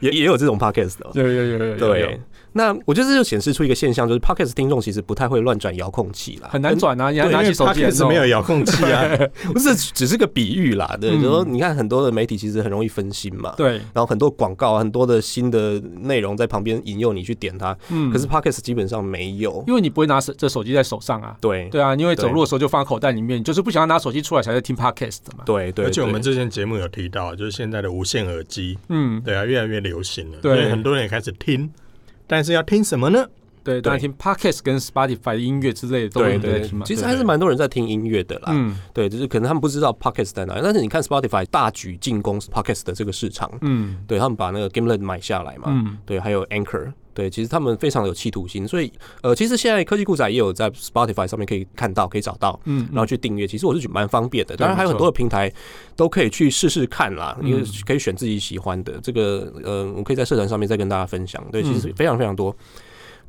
Speaker 3: 也也有这种 podcast 的哦。
Speaker 2: 有有有有有有
Speaker 3: 对，那我觉得这就显示出一个现象，就是 podcast 听众其实不太会乱转遥控器啦，
Speaker 2: 很难转啊，你要
Speaker 1: 对
Speaker 2: 拿起手机
Speaker 1: 因
Speaker 2: 来
Speaker 1: 为 podcast
Speaker 2: 弄
Speaker 1: 没有遥控器 [laughs] 啊，
Speaker 3: 很，不是只是个比喻啦。对，
Speaker 2: 嗯
Speaker 3: 然后你看很多的媒体其实很容易分心嘛，
Speaker 2: 对，
Speaker 3: 然后很多广告啊、很多的新的内容在旁边引诱你去点它，
Speaker 2: 嗯，
Speaker 3: 可是 podcast 基本上没有。
Speaker 2: 因为你不会拿手这手机在手上啊，
Speaker 3: 对
Speaker 2: 对啊，因为
Speaker 3: 对
Speaker 2: 走路的时候就放口袋里面，你就是不想要拿手机出来才在听 podcast 的嘛。
Speaker 3: 对对，
Speaker 1: 而且我们
Speaker 3: 对
Speaker 1: 之前节目有提到，就是现在的无线耳机，
Speaker 2: 嗯，
Speaker 1: 对啊，越来越流行了，
Speaker 2: 对
Speaker 1: 所以很多人也开始听，但是要听什么呢？
Speaker 2: 对，当然听 podcast 跟 Spotify 的音乐之类的都有
Speaker 3: 对
Speaker 2: 人在
Speaker 3: 对
Speaker 2: 听
Speaker 3: 对，
Speaker 2: 嘛。
Speaker 3: 其实
Speaker 1: 对
Speaker 3: 还是蛮多人在听音乐的啦。
Speaker 2: 嗯
Speaker 3: 对，就是可能他们不知道 podcast 在哪，但是你看 Spotify 大举进攻 podcast 的这个市场，
Speaker 2: 嗯
Speaker 3: 对他们把那个 Gameland 买下来嘛，
Speaker 2: 嗯，
Speaker 3: 对，还有 Anchor，对，其实他们非常有企图心，所以呃，其实现在科技酷仔也有在 Spotify 上面可以看到，可以找到，
Speaker 2: 嗯
Speaker 3: 然后去订阅，其实我是觉得蛮方便的。
Speaker 2: 对
Speaker 3: 当然还有
Speaker 2: 没
Speaker 3: 很
Speaker 2: 错
Speaker 3: 多的平台都可以去试试看啦，
Speaker 2: 嗯
Speaker 3: 因为可以选自己喜欢的。这个呃，我可以在社团上面再跟大家分享，对，
Speaker 2: 嗯
Speaker 3: 其实非常非常多。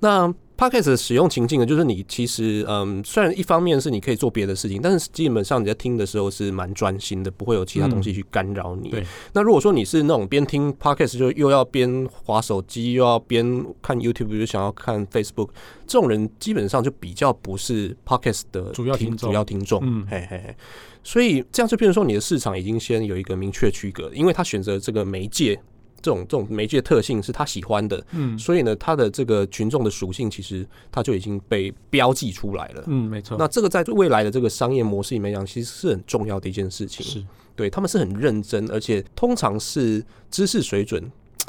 Speaker 3: 那 Podcast 的使用情境呢，就是你其实嗯，虽然一方面是你可以做别的事情，但是基本上你在听的时候是蛮专心的，不会有其他东
Speaker 2: 嗯
Speaker 3: 西去干扰你。
Speaker 2: 对
Speaker 3: 那如果说你是那种边听 podcast 就又要边划手机，又要边看 YouTube，又想要看 Facebook，这种人基本上就比较不是 podcast 的
Speaker 2: 主要听众
Speaker 3: 主要听众。
Speaker 2: 嗯
Speaker 3: 嘿嘿嘿。所以这样就变成说，你的市场已经先有一个明确区隔，因为他选择这个媒介，这种这种媒介特性是他喜欢的，
Speaker 2: 嗯
Speaker 3: 所以呢，他的这个群众的属性其实他就已经被标记出来了。
Speaker 2: 嗯，没错。
Speaker 3: 那这个在未来的这个商业模式里面讲，其实是很重要的一件事情。
Speaker 2: 是
Speaker 3: 对，他们是很认真，而且通常是知识水准。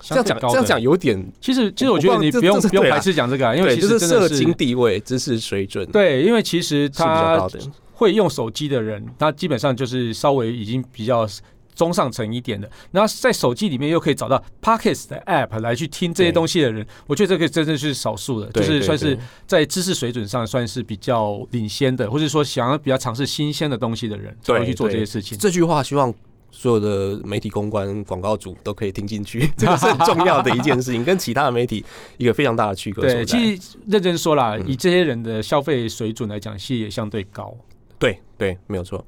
Speaker 3: 这样
Speaker 2: 相对
Speaker 3: 讲，
Speaker 2: 高
Speaker 3: 这样
Speaker 2: 的
Speaker 3: 讲有点
Speaker 2: 其实其实我觉得
Speaker 3: 我不
Speaker 2: 你
Speaker 3: 知道这
Speaker 2: 不用
Speaker 3: 这是
Speaker 2: 不用
Speaker 3: 对啦
Speaker 2: 排斥讲这个，啊，因为
Speaker 3: 对，
Speaker 2: 其
Speaker 3: 就
Speaker 2: 实
Speaker 3: 是
Speaker 2: 真的
Speaker 3: 社经
Speaker 2: 是
Speaker 3: 地位、知识水准是
Speaker 2: 对，因为其实
Speaker 3: 比较
Speaker 2: 它
Speaker 3: 高的。
Speaker 2: 会用手机的人，那基本上就是稍微已经比较中上层一点的。然后在手机里面又可以找到 Pockets 的 App 来去听这些东西的人，我觉得这个真的是少数的，就
Speaker 3: 对
Speaker 2: 是
Speaker 3: 对
Speaker 2: 算是
Speaker 3: 对
Speaker 2: 在知识水准上算是比较领先的，或者说想要比较尝试新鲜的东西的人，才会去做这些事情。
Speaker 3: 这句话希望所有的媒体公关、广告主都可以听进去， [laughs] 这个是很重要的一件事情，跟其他的媒体一个非常大的区隔所在。
Speaker 2: 对，其实认真说啦，
Speaker 3: 嗯
Speaker 2: 以这些人的消费水准来讲，其实也相对高。
Speaker 3: 对对，没有错。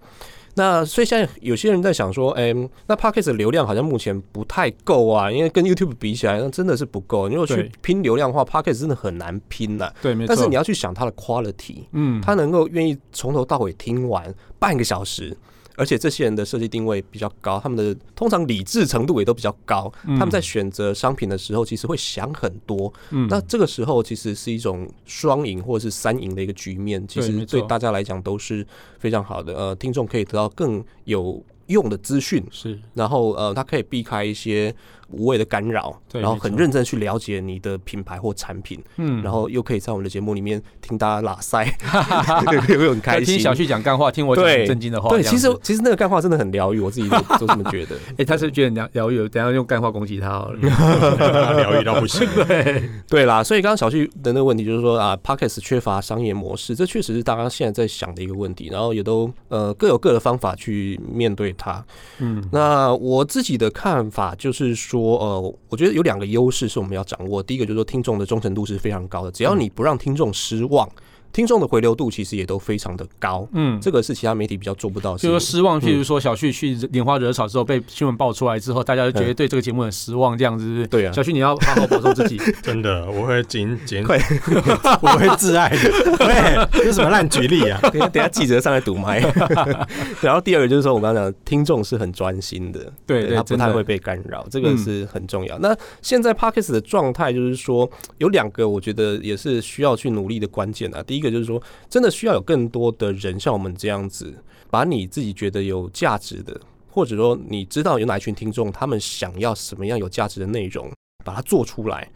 Speaker 3: 那所以现在有些人在想说，哎、那 p o c k e t 的流量好像目前不太够啊，因为跟 YouTube 比起来，那真的是不够。你如果
Speaker 2: 对
Speaker 3: 去拼流量的话 p o c k e t 真的很难拼呐、
Speaker 2: 对，没错。
Speaker 3: 但是你要去想它的 quality，
Speaker 2: 嗯，
Speaker 3: 他能够愿意从头到尾听完半个小时，而且这些人的设计定位比较高，他们的通常理智程度也都比较高。
Speaker 2: 嗯
Speaker 3: 他们在选择商品的时候，其实会想很多。
Speaker 2: 嗯
Speaker 3: 那这个时候其实是一种双赢或者是三赢的一个局面，其
Speaker 2: 对没
Speaker 3: 实
Speaker 2: 错
Speaker 3: 对大家来讲都是非常好的。呃，听众可以得到更有用的资讯，
Speaker 2: 是
Speaker 3: 然后呃，他可以避开一些无谓的干扰，
Speaker 2: 对
Speaker 3: 然后
Speaker 2: 没
Speaker 3: 很
Speaker 2: 错
Speaker 3: 认真去了解你的品牌或产品。
Speaker 2: 嗯，
Speaker 3: 然后又可以在我们的节目里面听大家拉
Speaker 2: [laughs]
Speaker 3: 塞， [laughs] 会会很开
Speaker 2: 在
Speaker 3: 心。
Speaker 2: 听小旭讲干话，听我讲
Speaker 3: 对
Speaker 2: 正经的话。
Speaker 3: 对，
Speaker 2: 这样
Speaker 3: 其
Speaker 2: 子
Speaker 3: 实其实那个干话真的很疗愈，我自己都 [laughs] 都这么觉得。
Speaker 2: 哎、他是觉得疗疗愈，等一下用干话攻击他好了。
Speaker 3: 嗯
Speaker 2: [laughs]
Speaker 1: 疗愈到不行。
Speaker 3: 对啦，所以刚刚小旭的那个问题就是说啊 p o c k e t 缺乏商业模式，这确实是大家现在在想的一个问题，然后也都呃各有各的方法去面对它。
Speaker 2: 嗯，
Speaker 3: 那我自己的看法就是说，呃，我觉得有两个优势是我们要掌握。第一个就是说，听众的忠诚度是非常高的，只要你不让听众失望，听众的回流度其实也都非常的高。
Speaker 2: 嗯，
Speaker 3: 这个是其他媒体比较做不到的事
Speaker 2: 就说
Speaker 3: 情。
Speaker 2: 失望，譬如说小旭去拈花惹草之后被新闻爆出来之后，大家就觉得对这个节目很失望，这样子是不是。
Speaker 3: 对啊
Speaker 2: 小旭你要好好保重自
Speaker 3: [laughs]
Speaker 2: 己。
Speaker 1: 真的，我会紧紧，
Speaker 3: 快
Speaker 1: [laughs] 我会自爱的。喂，这什么烂举例啊？
Speaker 3: 等一下等一下记者上来堵麦。 [laughs] 然后第二个就是说，我们刚刚讲听众是很专心的，
Speaker 2: 对对
Speaker 3: 他不
Speaker 2: 真
Speaker 3: 太
Speaker 2: 的嗯
Speaker 3: 会被干扰，这个是很重要。那现在 p o d c a s 的状态就是说，有两个我觉得也是需要去努力的关键啊。第一个就是说，真的需要有更多的人像我们这样子，把你自己觉得有价值的，或者说你知道有哪一群听众，他们想要什么样有价值的内容，把它做出来。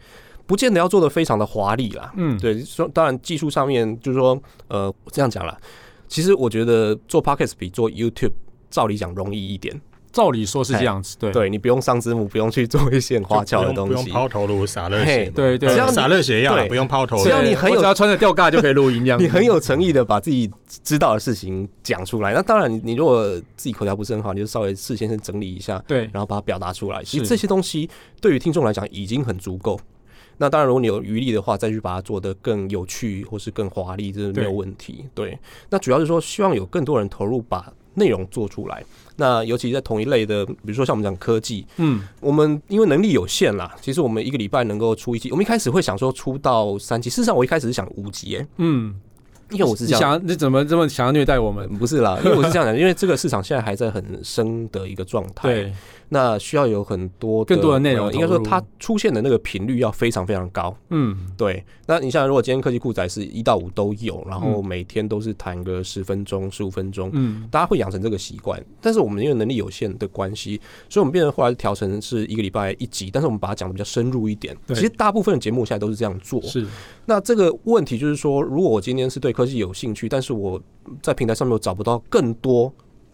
Speaker 3: 不见得要做的非常的华丽啦，
Speaker 2: 嗯，
Speaker 3: 对，说当然技术上面就是说，呃，这样讲啦，其实我觉得做 podcast 比做 YouTube 照理讲容易一点，
Speaker 2: 照理说是这样子，对
Speaker 3: 对你不用上字幕，不用去做一些很花俏的
Speaker 1: 就不
Speaker 3: 东
Speaker 1: 用不
Speaker 3: 西
Speaker 1: 用，抛头颅洒热血
Speaker 3: 嘿，
Speaker 2: 对对
Speaker 1: 呃
Speaker 3: 只要你
Speaker 1: 洒热血要啦
Speaker 3: 对
Speaker 1: 不用抛头
Speaker 3: 只
Speaker 1: 颅
Speaker 3: 要。你很有
Speaker 2: 我只要穿着吊嘎就可以录音，这样子
Speaker 3: 你很有诚意的把自己知道的事情讲出来。那当然你，你如果自己口条不是很好，你就稍微事先先整理一下，
Speaker 2: 对
Speaker 3: 然后把它表达出来。其实
Speaker 2: 是
Speaker 3: 这些东西对于听众来讲已经很足够。那当然，如果你有余力的话，再去把它做得更有趣或是更华丽，这是没有
Speaker 2: 对
Speaker 3: 问题。对，那主要是说希望有更多人投入把内容做出来。那尤其在同一类的，比如说像我们讲科技，
Speaker 2: 嗯，
Speaker 3: 我们因为能力有限啦，其实我们一个礼拜能够出一集。我们一开始会想说出到三集，事实上我一开始是想五集、耶，
Speaker 2: 嗯，
Speaker 3: 因为我是
Speaker 2: 你
Speaker 3: 这样
Speaker 2: 想要你怎么这么想要虐待我们？
Speaker 3: 嗯不是啦，因为我是这样讲，因为这个市场现在还在很生的一个状态，，
Speaker 2: 对，
Speaker 3: 那需要有很多的
Speaker 2: 更多的内容
Speaker 3: 呃应该说
Speaker 2: 投入
Speaker 3: 它出现的那个频率要非常非常高。
Speaker 2: 嗯，
Speaker 3: 对，那你像如果今天科技酷仔是一到五都有，然后每天都是谈个十分钟、十五分钟，
Speaker 2: 嗯，
Speaker 3: 大家会养成这个习惯。但是我们因为能力有限的关系，所以我们变成后来调成是一个礼拜一集，但是我们把它讲的比较深入一点。其
Speaker 2: 对
Speaker 3: 实大部分的节目现在都是这样做，
Speaker 2: 是，
Speaker 3: 那这个问题就是说，如果我今天是对科技有兴趣，但是我在平台上面我找不到更多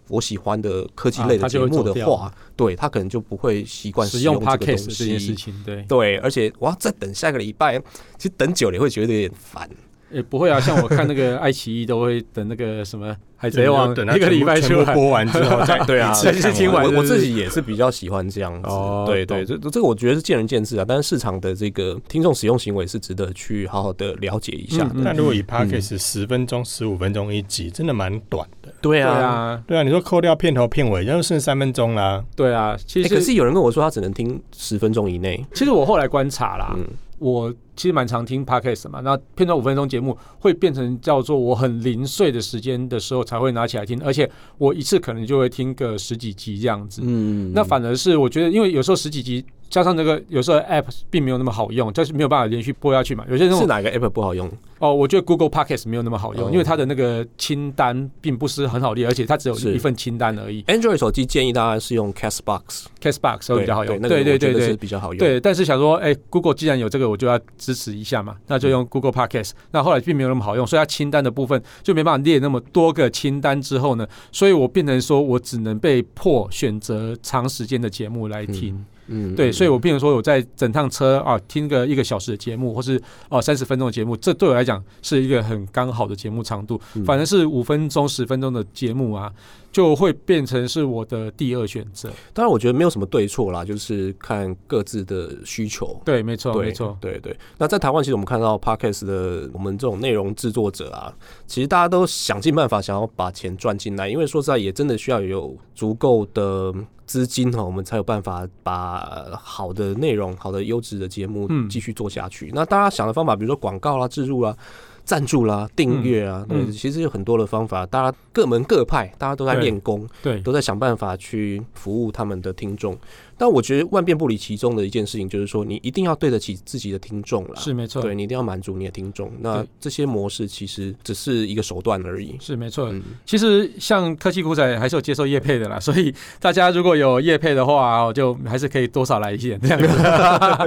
Speaker 3: 我喜欢的科技类
Speaker 2: 啊它
Speaker 3: 的节
Speaker 2: 就会
Speaker 3: 目的
Speaker 2: 走掉
Speaker 3: 话，对他可能就不会习惯
Speaker 2: 使
Speaker 3: 使
Speaker 2: 用
Speaker 3: 用这个东
Speaker 2: podcast 这件事
Speaker 3: 西。
Speaker 2: 情，对，
Speaker 3: 对，而且我要再等下个礼拜，其实等久了也会觉得有点烦。
Speaker 2: 也不会啊，像我看那个爱奇艺都会等那个什么《
Speaker 1: [laughs]
Speaker 2: 海
Speaker 1: 对
Speaker 2: 贼王
Speaker 1: 就等它》
Speaker 2: 哎一个礼拜
Speaker 1: 全
Speaker 2: 出
Speaker 1: 部
Speaker 2: 来，
Speaker 1: 播完之
Speaker 2: [laughs]
Speaker 1: 后再
Speaker 3: 对啊
Speaker 1: 一次看
Speaker 2: 再去听完
Speaker 3: 我
Speaker 2: 是
Speaker 3: 我
Speaker 2: 不是
Speaker 3: 自己也是比较喜欢这样子。
Speaker 2: 哦
Speaker 3: 对对，这这个我觉得是见仁见智啊，但是市场的这个听众使用行为是值得去好好的了解一下的。
Speaker 2: 嗯
Speaker 1: 但如果以 podcast 十分钟、十五分钟一集，真的蛮短的。
Speaker 3: 对
Speaker 2: 对
Speaker 3: 啊。
Speaker 2: 啊，
Speaker 1: 对啊，你说扣掉片头片尾，然后剩三分钟
Speaker 2: [laughs]
Speaker 1: 啦。
Speaker 2: 对啊，其
Speaker 3: 哎、
Speaker 2: 实、
Speaker 3: 可是有人跟我说他只能听十分钟以内，
Speaker 2: 其实我后来观察啦，
Speaker 3: 嗯，
Speaker 2: 我其实蛮常听 podcast 的嘛，那片段五分钟节目会变成叫做我很零碎的时间的时候才会拿起来听，而且我一次可能就会听个十几集这样子。
Speaker 3: 嗯
Speaker 2: 那反而是我觉得，因为有时候十几集加上那个有时候 app 并没有那么好用，就是没有办法连续播下去嘛。有些那
Speaker 3: 是
Speaker 2: 种
Speaker 3: 哪个 app 不好用？
Speaker 2: 哦，我觉得 Google Podcast 没有那么好用，
Speaker 3: 哦
Speaker 2: 因为它的那个清单并不是很好列，而且它只有
Speaker 3: 是
Speaker 2: 一份清单而已。
Speaker 3: Android 手机建议大家是用 Castbox，
Speaker 2: Castbox 会比较好用，
Speaker 3: 那个
Speaker 2: 对对
Speaker 3: 我觉
Speaker 2: 对
Speaker 3: 得
Speaker 2: 对
Speaker 3: 是，比较好用。
Speaker 2: 对，但是想说，哎、g o o g l e 既然有这个，我就要支持一下嘛，那
Speaker 3: 嗯
Speaker 2: 就用 Google Podcast。那后来并没有那么好用，所以它清单的部分就没办法列那么多个清单之后呢，所以我变成说我只能被迫选择长时间的节目来听。
Speaker 3: 嗯，嗯
Speaker 2: 对，所以
Speaker 3: 嗯
Speaker 2: 我变成说我在整趟车啊听个一个小时的节目，或是哦三十分钟的节目，这对我来讲是一个很刚好的节目长度。
Speaker 3: 嗯
Speaker 2: 反正是五分钟、十分钟的节目啊，就会变成是我的第二选择。
Speaker 3: 当然我觉得没有什么对错啦，就是看各自的需求。
Speaker 2: 对，没错，
Speaker 3: 对，
Speaker 2: 没错。
Speaker 3: 对对。那在台湾，其实我们看到 podcast 的我们这种内容制作者啊，其实大家都想尽办法想要把钱赚进来，因为说实在，也真的需要有足够的资金哈，我们才有办法把好的内容、好的优质的节目
Speaker 2: 嗯
Speaker 3: 继续做下去。那大家想的方法，比如说广告啦、植入啦。赞助啦、订阅啊，
Speaker 2: 嗯
Speaker 3: 嗯、其实有很多的方法，大家各门各派，大家都在
Speaker 2: 对
Speaker 3: 练功。
Speaker 2: 对，
Speaker 3: 都在想办法去服务他们的听众。但我觉得万变不离其宗的一件事情，就是说你一定要对得起自己的听众啦。
Speaker 2: 是没错。
Speaker 3: 对你一定要满足你的听众，那
Speaker 2: 对
Speaker 3: 这些模式其实只是一个手段而已。
Speaker 2: 是没错，
Speaker 3: 嗯，
Speaker 2: 其实像科技股仔还是有接受业配的啦，所以大家如果有业配的话，我就还是可以多少来一点这样子。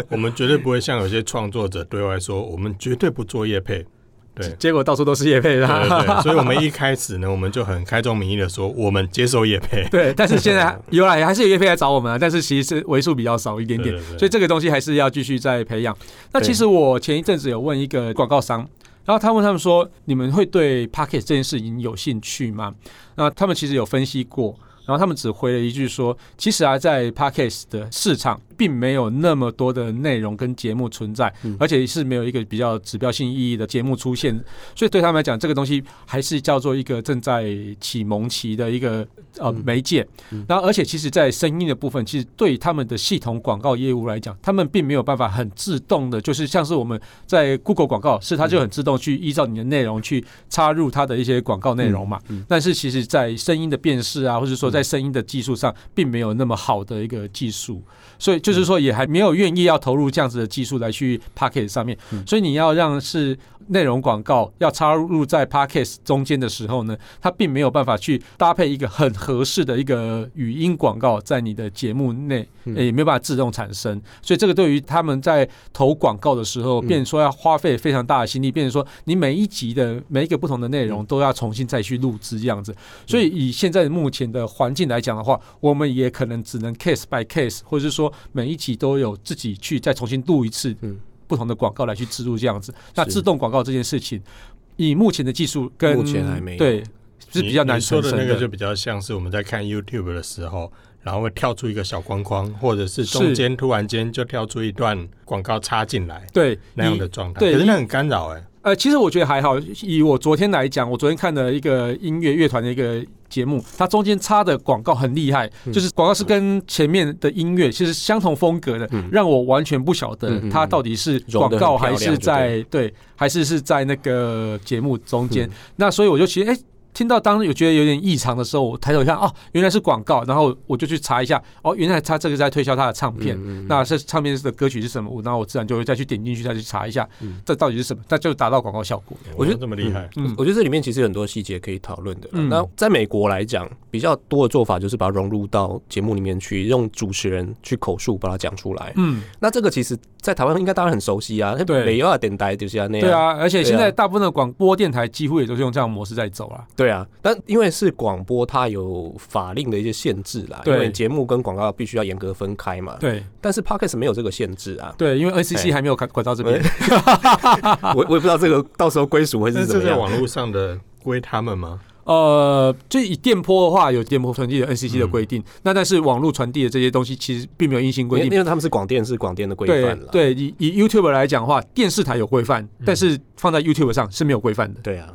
Speaker 1: 我们绝对不会像有些创作者对外说，我们绝对不做业
Speaker 2: [laughs]
Speaker 1: 配。对，
Speaker 2: [laughs] 结果到处都是业配
Speaker 1: 对对
Speaker 2: 啦。
Speaker 1: 对，所以我们一开始呢，我们就很开宗明义的说，我们接受业配。
Speaker 2: 对，但是现在有来还是有业配来找我们啊，但是其实是为数比较少一点点，
Speaker 1: 对对对
Speaker 2: 所以这个东西还是要继续再培养。那其实我前一阵子有问一个广告商，然后他问他们说：“你们会对 p o c k e t 这件事情有兴趣吗？”那他们其实有分析过，然后他们只回了一句说：“其实啊，在 p o c k e t 的市场并没有那么多的内容跟节目存在，
Speaker 3: 嗯
Speaker 2: 而且是没有一个比较指标性意义的节目出现，所以对他们来讲，这个东西还是叫做一个正在启蒙期的一个呃
Speaker 3: 嗯
Speaker 2: 媒介。
Speaker 3: 嗯
Speaker 2: 然后，而且其实，在声音的部分，其实对他们的系统广告业务来讲，他们并没有办法很自动的，就是像是我们在 Google 广告，是它就很自动去依照你的内容去插入它的一些广告内容嘛。
Speaker 3: 嗯嗯
Speaker 2: 但是，其实，在声音的辨识啊，或者说在声音的技术上，并没有那么好的一个技术，所以就是说，也还没有愿意要投入这样子的技术来去 Pocket 上面。
Speaker 3: 嗯
Speaker 2: 所以，你要让是内容广告要插入在 podcast 中间的时候呢，它并没有办法去搭配一个很合适的一个语音广告在你的节目内，
Speaker 3: 嗯
Speaker 2: 呃也没有办法自动产生。所以这个对于他们在投广告的时候，
Speaker 3: 嗯
Speaker 2: 变成说要花费非常大的心力，变成说你每一集的每一个不同的内
Speaker 3: 嗯
Speaker 2: 容都要重新再去录制这样子。所以以现在目前的环境来讲的话，我们也可能只能 case by case，或者是说每一集都有自己去再重新录一次
Speaker 3: 嗯
Speaker 2: 不同的广告来去植入这样子。那
Speaker 3: 是
Speaker 2: 自动广告这件事情，以目前的技术跟
Speaker 3: 目前还没有
Speaker 2: 对是比较
Speaker 1: 你
Speaker 2: 难
Speaker 1: 你说
Speaker 2: 产
Speaker 1: 的
Speaker 2: 生
Speaker 1: 那个就比较像是我们在看 YouTube 的时候，然后会跳出一个小框框，或者是中
Speaker 2: 是
Speaker 1: 间突然间就跳出一段广告插进来
Speaker 2: 对
Speaker 1: 那样
Speaker 2: 以
Speaker 1: 的状态，
Speaker 2: 对
Speaker 1: 可是那
Speaker 2: 你
Speaker 1: 很干扰哎、
Speaker 2: 呃，其实我觉得还好。以我昨天来讲，我昨天看了一个音乐乐团的一个节目，它中间插的广告很厉害，
Speaker 3: 嗯
Speaker 2: 就是广告是跟前面的音乐其实相同风格的，
Speaker 3: 嗯
Speaker 2: 让我完全不晓
Speaker 3: 嗯
Speaker 2: 得
Speaker 3: 嗯嗯
Speaker 2: 它到底是广
Speaker 3: 融得很
Speaker 2: 告还
Speaker 3: 漂亮
Speaker 2: 是
Speaker 3: 就
Speaker 2: 在对，还是是在那个节目中
Speaker 3: 嗯
Speaker 2: 间。那所以我就其实哎。诶听到当时有觉得有点异常的时候，我抬头一看，哦，原来是广告，然后我就去查一下，哦，原来他这个在推销他的唱片，
Speaker 3: 嗯
Speaker 2: 那这唱片的歌曲是什么，我那我自然就会再去点进去，再去查一下，
Speaker 3: 嗯
Speaker 2: 这到底是什么，那就达到广告效果。
Speaker 3: 我觉得
Speaker 1: 哇这么厉害，
Speaker 2: 嗯，
Speaker 3: 我觉得这里面其实有很多细节可以讨论的啦。
Speaker 2: 嗯
Speaker 3: 那在美国来讲，比较多的做法就是把它融入到节目里面去，用主持人去口述把它讲出来。
Speaker 2: 嗯，
Speaker 3: 那这个其实，在台湾应该大家很熟悉啊，
Speaker 2: 对
Speaker 3: 美亚电台就是啊那样。
Speaker 2: 对啊，而且现
Speaker 3: 对
Speaker 2: 在
Speaker 3: 啊
Speaker 2: 大部分的广播电台几乎也都是用这样的模式在走啦。
Speaker 3: 对啊，但因为是广播，它有法令的一些限制啦，因
Speaker 2: 对
Speaker 3: 为节目跟广告必须要严格分开嘛。
Speaker 2: 对
Speaker 3: 但是 podcast 没有这个限制
Speaker 2: [laughs]
Speaker 3: 啊，
Speaker 2: 对，因为 NCC
Speaker 3: 哎
Speaker 2: 还没有管管到这边，啊
Speaker 3: 我我也不知道这个到时候归属会
Speaker 1: 那
Speaker 3: 是怎
Speaker 1: 这
Speaker 3: 么
Speaker 1: 在
Speaker 3: 样。
Speaker 1: 网络上的归他们吗？
Speaker 2: 呃，就以电波的话，有电波传递的 NCC 的规定，那但是网络传递的这些东西其实并没有硬性规
Speaker 3: 因为
Speaker 2: 定
Speaker 3: 因。为他们是广电，是广电的规
Speaker 2: 对
Speaker 3: 范了。
Speaker 2: 对，以以 YouTube 来讲的话，电视台有规范，但是放在 YouTube 上是没有规范的。
Speaker 3: [laughs] 对啊，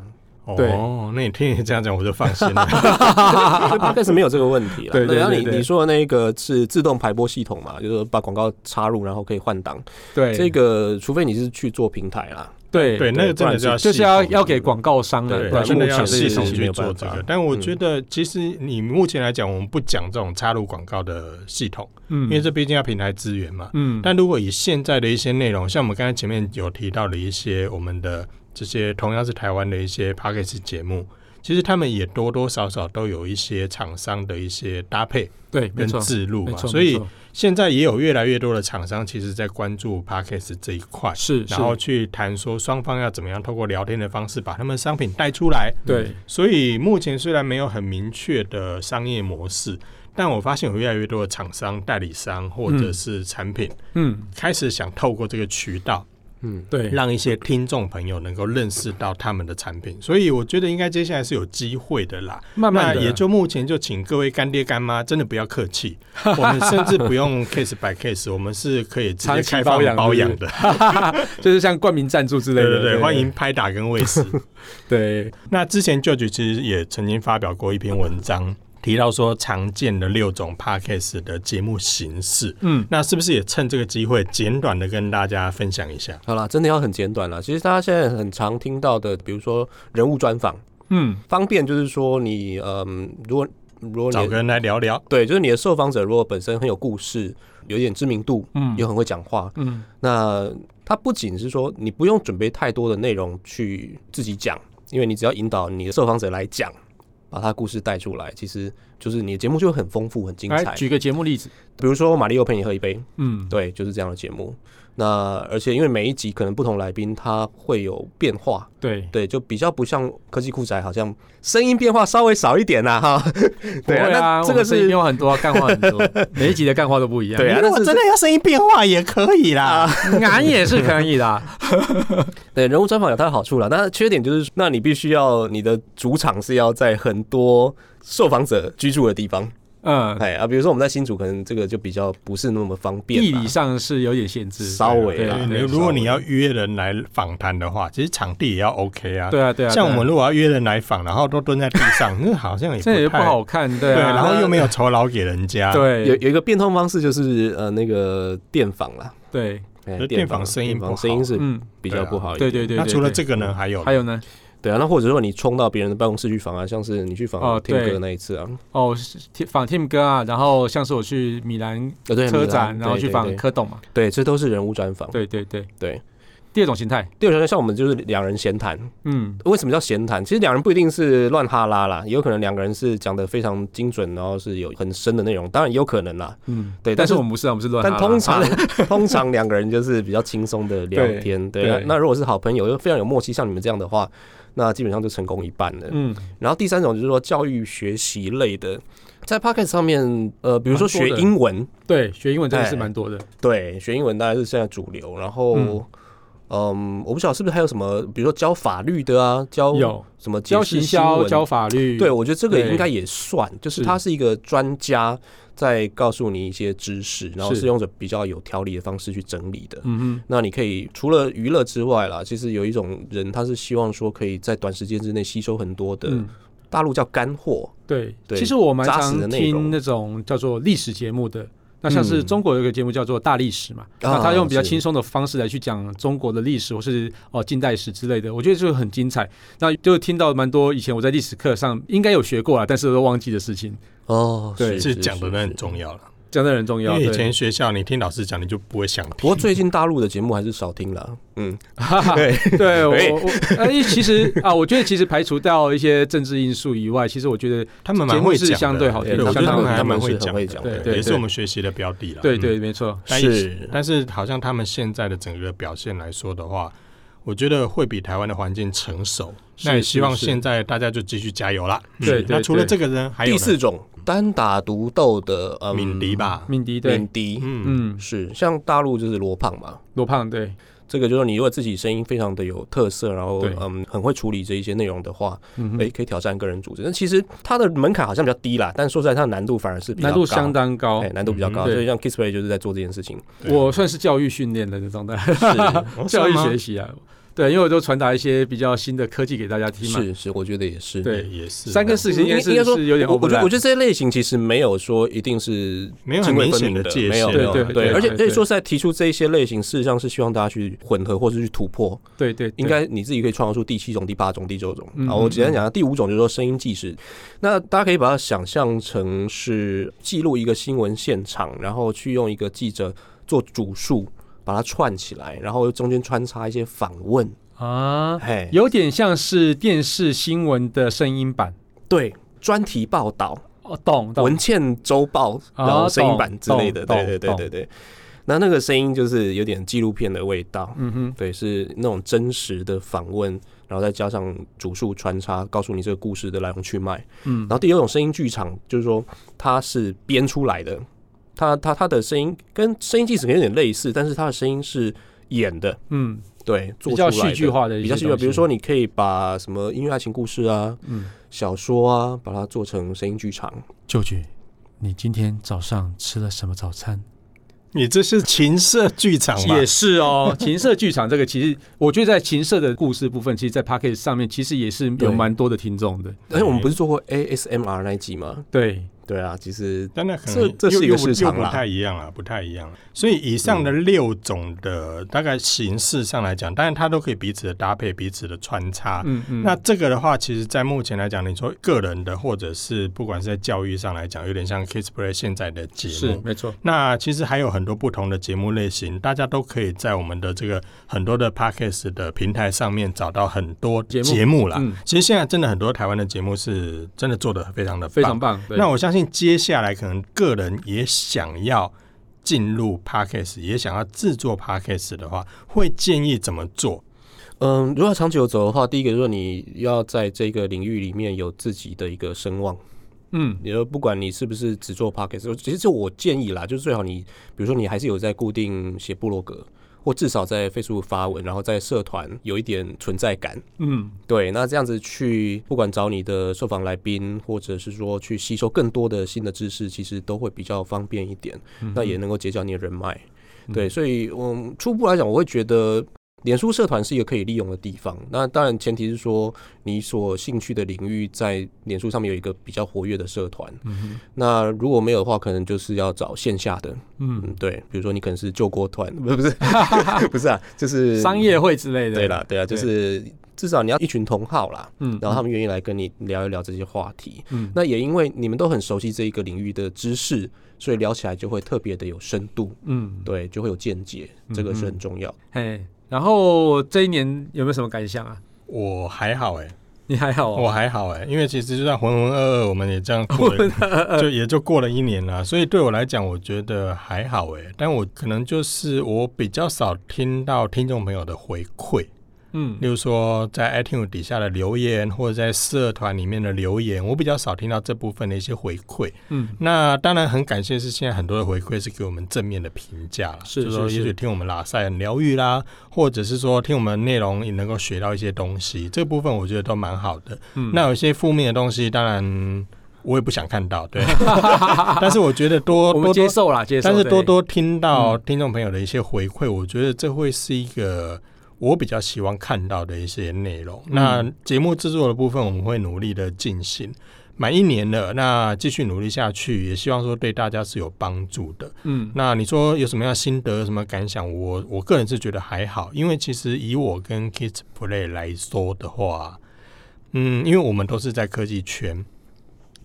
Speaker 2: 对
Speaker 1: 哦，那你听你这样讲，我就放心了。
Speaker 3: 所以 podcast 没有这个问题了。
Speaker 2: 对对对
Speaker 3: 然后你
Speaker 2: 对
Speaker 3: 你说的那个是自动排播系统嘛，就是把广告插入，然后可以换档。
Speaker 2: 对，
Speaker 3: 这个除非你是去做平台啦，
Speaker 2: [laughs] 对
Speaker 1: 对，那个真的
Speaker 3: 不然
Speaker 1: 是要
Speaker 2: 就
Speaker 1: 系
Speaker 2: 是要
Speaker 1: 统
Speaker 2: 要给广告商啊
Speaker 3: 对
Speaker 2: 的，
Speaker 1: 对
Speaker 2: 不然
Speaker 1: 真的
Speaker 2: 目
Speaker 1: 要
Speaker 2: 前
Speaker 1: 系
Speaker 2: 是
Speaker 1: 统
Speaker 3: 是
Speaker 1: 去做这
Speaker 3: 没有办
Speaker 1: 个
Speaker 3: 法。
Speaker 1: 但我
Speaker 3: 嗯
Speaker 1: 觉得，其实你目前来讲，我们不讲这种插入广告的系统，
Speaker 2: 嗯，
Speaker 1: 因为这毕竟要平台资源嘛。
Speaker 2: 嗯，
Speaker 1: 但如果以现在的一些内容，像我们刚才前面有提到的一些我们的这些同样是台湾的一些 p a c k a g e 节目，其实他们也多多少少都有一些厂商的一些搭配
Speaker 2: 对，没
Speaker 1: 跟
Speaker 2: 错，
Speaker 1: 制入
Speaker 2: 没
Speaker 1: 嘛，
Speaker 2: 错，
Speaker 1: 所以
Speaker 2: 没错
Speaker 1: 现在也有越来越多的厂商其实在关注 p a c k a g e 这一块。
Speaker 2: 是是
Speaker 1: 然，后去谈说双方要怎么样透过聊天的方式把他们的商品带出来。
Speaker 2: 对，
Speaker 1: 所以目前虽然没有很明确的商业模式，但我发现有越来越多的厂商、代理商或者是产品、
Speaker 2: 嗯，
Speaker 1: 开始想透过这个渠道，
Speaker 3: 嗯，
Speaker 1: [laughs]
Speaker 2: 对，
Speaker 1: 让一些听众朋友能够认识到他们的产品。所以我觉得应该接下来是有机会的啦。
Speaker 2: 慢慢
Speaker 1: 那
Speaker 2: 的
Speaker 1: 也就目前就请各位干爹干妈真的不要客气，我们甚至不用 case by case，我们是可以直接
Speaker 2: 长期
Speaker 1: 开放
Speaker 2: 包养
Speaker 1: 包
Speaker 2: 是不是
Speaker 1: 养的。
Speaker 2: 就是像冠名赞助之类
Speaker 1: 对
Speaker 2: 的，
Speaker 1: 对对，欢迎拍打跟喂食。
Speaker 2: 对，
Speaker 1: 那之前 Judge 其实也曾经发表过一篇文章，提到说常见的六种 podcast 的节目形式。
Speaker 2: 嗯，
Speaker 1: 那是不是也趁这个机会，简短的跟大家分享一下？
Speaker 3: 好啦，真的要很简短啦。其实大家现在很常听到的，比如说人物专访，
Speaker 2: 嗯，
Speaker 3: 方便就是说你，嗯，如果如果
Speaker 1: 找
Speaker 3: 你
Speaker 1: 个
Speaker 3: 的
Speaker 1: 人来聊聊。
Speaker 3: 对，就是你的受访者如果本身很有故事，有一点知名度，
Speaker 2: 嗯
Speaker 3: 又很会讲话，
Speaker 2: 嗯，
Speaker 3: 那它不仅是说你不用准备太多的内容去自己讲，因为你只要引导你的受访者来讲，把他故事带出来，其实就是你的节目就会很丰富、很精
Speaker 2: 来
Speaker 3: 彩。
Speaker 2: 哎举个节目例子，
Speaker 3: 比如说《马里奥陪你喝一杯》，
Speaker 2: 嗯，
Speaker 3: 对，就是这样的节目。那而且因为每一集可能不同来宾他会有变化，
Speaker 2: 对，
Speaker 3: 对，就比较不像科技酷宅，好像声音变化稍微少一点啦、哈。 [laughs] 对
Speaker 2: 不会啊，
Speaker 3: 那
Speaker 2: 我
Speaker 3: 这
Speaker 2: 们
Speaker 3: 个
Speaker 2: 声音
Speaker 3: 是
Speaker 2: 变化很
Speaker 3: [laughs]
Speaker 2: 多啊，干话很多，每一集的干话都不一样，
Speaker 3: 对啊，
Speaker 1: 如
Speaker 3: 但
Speaker 1: 果
Speaker 3: 是
Speaker 1: 真的要声音变化也可以啦。
Speaker 2: [laughs]
Speaker 1: [laughs]
Speaker 2: 俺也是可以的
Speaker 3: [laughs]
Speaker 2: 啊，
Speaker 3: 对人物专访有它的好处啦，那缺点就是，那你必须要你的主场是要在很多受访者居住的地方，
Speaker 2: 嗯，
Speaker 3: 哎啊，比如说我们在新竹，可能这个就比较不是那么方
Speaker 2: 地
Speaker 3: 便啦
Speaker 2: 理，上是有点限制，
Speaker 3: 稍微啦
Speaker 2: 对。
Speaker 1: 你
Speaker 2: 对
Speaker 1: 如果你要约人来访谈的话，其实场地也要 OK 啊。
Speaker 2: 对啊，对啊，
Speaker 1: 像
Speaker 2: 对啊
Speaker 1: 我们如果要约人来访，然后都蹲在地上，那好像也
Speaker 2: 这也
Speaker 1: 不
Speaker 2: 不
Speaker 1: 太
Speaker 2: 好看，对
Speaker 1: 对，
Speaker 2: 啊，
Speaker 1: 然后又没有酬劳给人家，，
Speaker 3: 有
Speaker 2: 对
Speaker 3: 有一个变通方式就是呃那个电访啦，
Speaker 2: 对，
Speaker 3: 哎
Speaker 1: 就电访声音
Speaker 3: 电
Speaker 1: 不
Speaker 3: 访
Speaker 1: 好
Speaker 3: 声音是
Speaker 2: 嗯，
Speaker 3: 比较不好一
Speaker 2: 对
Speaker 3: 点。
Speaker 2: 对对。
Speaker 1: 那
Speaker 2: 对
Speaker 1: 除了
Speaker 2: 对
Speaker 1: 这个呢，还有
Speaker 2: 还有呢？
Speaker 3: 对啊，那或者说你冲到别人的办公室去访啊，像是你去访
Speaker 2: 哦
Speaker 3: 听
Speaker 2: 对
Speaker 3: 歌那一次啊，
Speaker 2: 哦，是听访 Tim 哥啊，然后像是我去米兰
Speaker 3: 呃对，
Speaker 2: 车
Speaker 3: 米兰
Speaker 2: 展，然后
Speaker 3: 对
Speaker 2: 去
Speaker 3: 对
Speaker 2: 访
Speaker 3: 对
Speaker 2: 柯董嘛，
Speaker 3: 对，这都是人物专访。
Speaker 2: 对对对。
Speaker 3: 对，
Speaker 2: 第二种形态，
Speaker 3: 第二种像我们就是两人闲谈，
Speaker 2: 嗯，
Speaker 3: 为什么叫闲谈？其实两人不一定是乱哈拉啦，也有可能两个人是讲的非常精准，然后是有很深的内容，当然也有可能啦。
Speaker 2: 嗯，
Speaker 3: 对，
Speaker 2: 但
Speaker 3: 但
Speaker 2: 是
Speaker 3: 是
Speaker 2: 我们不是啊，我们是乱哈
Speaker 3: 但
Speaker 2: 拉。
Speaker 3: 通常
Speaker 2: [laughs]
Speaker 3: 通常两个人就是比较轻松的聊
Speaker 2: 对
Speaker 3: 天，对。啊
Speaker 2: 对
Speaker 3: 那那如果是好朋友又非常有默契，像你们这样的话，那基本上就成功一半了。
Speaker 2: 嗯，
Speaker 3: 然后第三种就是说教育学习类的，在 p o c k e t 上面，呃，比如说
Speaker 2: 蛮多
Speaker 3: 学
Speaker 2: 的
Speaker 3: 英文，
Speaker 2: 对，学英文真的是
Speaker 3: 哎
Speaker 2: 蛮多的。
Speaker 3: 对，学英文大概是现在主流。然后，
Speaker 2: 嗯
Speaker 3: 嗯，我不晓得是不是还有什么，比如说教法律的啊，教
Speaker 2: 有
Speaker 3: 什么解
Speaker 2: 教行
Speaker 3: 释新
Speaker 2: 销、
Speaker 3: 闻
Speaker 2: 教法律，
Speaker 3: 对，我觉得这个
Speaker 2: 对
Speaker 3: 应该也算，就是
Speaker 2: 是
Speaker 3: 他是一个专家，在告诉你一些知识，然后
Speaker 2: 是
Speaker 3: 是用着比较有条理的方式去整理的。
Speaker 2: 嗯
Speaker 3: 那你可以除了娱乐之外啦，其实有一种人他是希望说可以在短时间之内吸收很多
Speaker 2: 哼，
Speaker 3: 的，
Speaker 2: 嗯，
Speaker 3: 大陆叫干货，
Speaker 2: 对。
Speaker 3: 对
Speaker 2: 其实我蛮
Speaker 3: 扎实
Speaker 2: 常
Speaker 3: 的内容
Speaker 2: 听那种叫做历史节目的。那像是
Speaker 3: 嗯
Speaker 2: 中国有一个节目叫做《大历史》嘛，那他用比较
Speaker 3: 是
Speaker 2: 啊轻松的方式来去讲中国的历史或是哦近代史之类的，我觉得就很精彩。那就听到蛮多以前我在历史课上应该有学过啊，但是我都忘记的事情，
Speaker 3: 哦，
Speaker 2: 对
Speaker 3: 是
Speaker 1: 是讲的那很。
Speaker 3: 是
Speaker 1: 重要了，
Speaker 2: 讲的很重
Speaker 1: 因
Speaker 2: 要。
Speaker 1: 为以
Speaker 2: [laughs] 对
Speaker 1: 前学校你听老师讲，你就不会想
Speaker 3: 不
Speaker 1: 听
Speaker 3: 过。最近大陆的节目还是少听了，嗯，
Speaker 2: 哈哈，
Speaker 3: 对
Speaker 2: 对，我
Speaker 3: 哎
Speaker 2: 我哎，因为其实啊，我觉得其实排除掉一些政治因素以外，其实我觉得
Speaker 1: 他们蛮会讲的，
Speaker 2: 节目是相对好听
Speaker 1: 我觉得
Speaker 2: 相
Speaker 1: 他
Speaker 2: 当
Speaker 1: 们还
Speaker 3: 他们
Speaker 1: 蛮
Speaker 3: 是
Speaker 1: 会
Speaker 3: 很
Speaker 1: 讲
Speaker 3: 会
Speaker 1: 的，
Speaker 3: 讲
Speaker 2: 对
Speaker 3: 的
Speaker 2: 对
Speaker 1: 也是我们学习的标的了。
Speaker 2: 对
Speaker 1: 嗯
Speaker 2: 对，没错，
Speaker 1: 但也
Speaker 3: 是
Speaker 1: 但是好像他们现在的整个表现来说的话，我觉得会比台湾的环境成熟。
Speaker 2: 是
Speaker 1: 那也希望
Speaker 2: 是是
Speaker 1: 现在大家就继续加油啦。
Speaker 2: 对
Speaker 1: 嗯
Speaker 2: 对
Speaker 1: 那除了
Speaker 2: 对
Speaker 1: 这个呢，还有
Speaker 3: 第
Speaker 1: 呢
Speaker 3: 四种单打独斗的，嗯，
Speaker 1: 敏迪， [laughs] 吧，
Speaker 2: 敏迪对
Speaker 3: 敏，迪，
Speaker 1: 嗯，
Speaker 2: 嗯，
Speaker 3: 是像大陆就是罗胖嘛，
Speaker 2: 罗胖对，
Speaker 3: 这个就是你如果自己声音非常的有特色，然后
Speaker 2: 对
Speaker 3: 嗯很会处理这一些内容的话，
Speaker 2: 嗯
Speaker 3: 诶、
Speaker 2: 哼，
Speaker 3: 可以挑战个人组织。那其实它的门槛好像比较低啦，但说实在，它的难度反而是比较
Speaker 2: 难度相当
Speaker 3: 高，
Speaker 2: 高
Speaker 3: 哎、，难度比较高。
Speaker 2: 嗯对
Speaker 3: 所以像 Kissplay 就是在做这件事情，
Speaker 1: 对
Speaker 2: [laughs] 我算是教育训练的那种的，
Speaker 3: 是
Speaker 1: 哦
Speaker 2: 教育
Speaker 1: 是吗
Speaker 2: 学习啊。对，因为我都传达一些比较新的科技给大家听嘛。
Speaker 3: 是是，我觉得也是。
Speaker 2: 对
Speaker 1: 也是
Speaker 2: 三跟四其实应该
Speaker 3: 应该
Speaker 2: 是
Speaker 3: 说
Speaker 2: 是有点
Speaker 3: 我我觉得
Speaker 2: overlap
Speaker 3: 我觉得这些类型其实没有说一定是
Speaker 1: 没有很
Speaker 3: 泾渭
Speaker 1: 明
Speaker 3: 分
Speaker 1: 显
Speaker 3: 明
Speaker 1: 的界
Speaker 3: 没有
Speaker 1: 限
Speaker 3: 没有
Speaker 1: 啊
Speaker 2: 对对
Speaker 3: 对，
Speaker 2: 对
Speaker 3: 而且而且
Speaker 2: 对
Speaker 3: 说实在，提出这一些类型，事实上是希望大家去混合或是去突破。
Speaker 2: 对对，对
Speaker 3: 应该你自己可以创造出第七种、第八种、第九种。
Speaker 2: 嗯
Speaker 3: 啊，我简单讲，第五种就是说声音纪实。那大家可以把它想象成是记录一个新闻现场，然后去用一个记者做主述，把它串起来，然后中间穿插一些访问。
Speaker 2: 啊，
Speaker 3: 嘿，
Speaker 2: 有点像是电视新闻的声音版。
Speaker 3: 对。专题报道、
Speaker 2: 哦，懂懂
Speaker 3: 文献周报，
Speaker 2: 哦
Speaker 3: 然后声音版之类的，
Speaker 2: 懂
Speaker 3: 对对对
Speaker 2: 懂
Speaker 3: 对对。那那个声音就是有点纪录片的味道，
Speaker 2: 嗯哼，
Speaker 3: 对，是那种真实的访问，然后再加上主述穿插，告诉你这个故事的来龙去脉。
Speaker 2: 嗯
Speaker 3: 然，后第二种声音剧场就是说它是编出来的，它它它的声音跟声音即使有点类似，但是它的声音是演的，
Speaker 2: 嗯，
Speaker 3: 对，做
Speaker 2: 比
Speaker 3: 出来
Speaker 2: 较
Speaker 3: 的
Speaker 2: 戏剧，化的一
Speaker 3: 比
Speaker 2: 些
Speaker 3: 较
Speaker 2: 东西，
Speaker 3: 戏剧化。比如说你可以把什么音乐爱情故事啊、
Speaker 2: 嗯，
Speaker 3: 小说啊，把它做成声音剧场。
Speaker 4: 舅舅，你今天早上吃了什么早餐？
Speaker 1: 你这是情色剧场吧？
Speaker 2: 也是哦， [laughs] 情色剧场这个其实，我觉得在情色的故事部分，其实，在 p a c k a g e 上面其实也是
Speaker 3: 对
Speaker 2: 有蛮多的听众的。
Speaker 3: 而且哎我们不是做过 ASMR 那一集吗？
Speaker 2: 对，
Speaker 3: 对啊，其实
Speaker 1: 但那可能
Speaker 3: 这这是一个
Speaker 1: 又又不
Speaker 3: 市场
Speaker 1: 又
Speaker 3: 啦
Speaker 1: 不太一样了，不太一样。啊所以以上的六种的大概形式上来讲，当然它都可以彼此的搭配，彼此的穿插。
Speaker 2: 嗯嗯，
Speaker 1: 那这个的话，其实，在目前来讲，你说个人的，或者是不管是在教育上来讲，有点像 Kids Play 现在的节
Speaker 2: 是
Speaker 1: 目。
Speaker 2: 没错，
Speaker 1: 那其实还有很多不同的节目类型，大家都可以在我们的这个很多的 podcast 的平台上面找到很多
Speaker 2: 节目
Speaker 1: 节目啦。
Speaker 2: 嗯
Speaker 1: 其实现在真的很多台湾的节目是真的做的非常的
Speaker 2: 非
Speaker 1: 棒
Speaker 2: 常棒。对
Speaker 1: 那我相信接下来可能个人也想要进入 podcast，也想要制作 podcast 的话，会建议怎么做？
Speaker 3: 嗯，如果要长久走的话，第一个就是你要在这个领域里面有自己的一个声望。
Speaker 2: 嗯
Speaker 3: 也就不管你是不是只做 podcast，其实就我建议啦，就是最好你，比如说你还是有在固定写部落格，或至少在 Facebook 发文，然后在社团有一点存在感。
Speaker 2: 嗯，
Speaker 3: 对，那这样子去，不管找你的受访来宾，或者是说去吸收更多的新的知识，其实都会比较方便一点。
Speaker 2: 嗯
Speaker 3: 那也能够结交你的人脉。对，所以我初步来讲，我会觉得脸书社团是一个可以利用的地方。那当然，前提是说你所兴趣的领域在脸书上面有一个比较活跃的社团。
Speaker 2: 嗯
Speaker 3: 那如果没有的话，可能就是要找线下的。嗯，对，比如说你可能是救国团，不是
Speaker 2: [laughs]
Speaker 3: [laughs] 不是不是啊，就是
Speaker 2: 商。业会之类的。
Speaker 3: 对，啦，对啊，就是至少你要一群同好啦。
Speaker 2: 嗯，
Speaker 3: 然后他们愿意来跟你聊一聊这些话题。
Speaker 2: 嗯
Speaker 3: 那也因为你们都很熟悉这一个领域的知识，所以聊起来就会特别的有深度，
Speaker 2: 嗯，
Speaker 3: 对，就会有见解，这个是很重要。
Speaker 2: 嘿，然后这一年有没有什么感想啊？
Speaker 1: 我还好哎、
Speaker 2: 你还好
Speaker 1: 我
Speaker 2: 哦，
Speaker 1: 还好哎、因为其实就算浑浑噩噩，我们也这样过了，就也就过了一年了，所以对我来讲，我觉得还好哎、但我可能就是我比较少听到听众朋友的回馈，
Speaker 2: 嗯
Speaker 1: 例如说在 iTunes 底下的留言，或者在社团里面的留言，我比较少听到这部分的一些回馈。
Speaker 2: 嗯
Speaker 1: 那当然很感谢，是现在很多的回馈是给我们正面的评价啦，
Speaker 2: 是
Speaker 1: 就是说
Speaker 2: 是
Speaker 1: 也许听我们拉塞很疗愈啦，或者是说听我们内容也能够学到一些东西，这部分我觉得都蛮好的。
Speaker 2: 嗯
Speaker 1: 那有一些负面的东西，当然我也不想看到，
Speaker 2: [laughs]
Speaker 1: 对，但是我觉得多
Speaker 2: 我们
Speaker 1: 多
Speaker 2: 接
Speaker 1: 多，
Speaker 2: 受啦，接
Speaker 1: 嗯
Speaker 2: 受。
Speaker 1: 但是
Speaker 2: 对嗯
Speaker 1: 多多听到听众朋友的一些回馈，我觉得这会是一个。我比较希望看到的一些内容。
Speaker 2: 嗯
Speaker 1: 那节目制作的部分，我们会努力的进行。满一年了，那继续努力下去，也希望说对大家是有帮助的。
Speaker 2: 嗯
Speaker 1: 那你说有什么样的心得、有什么感想？我我个人是觉得还好，因为其实以我跟 Kids Play 来说的话，嗯，因为我们都是在科技圈，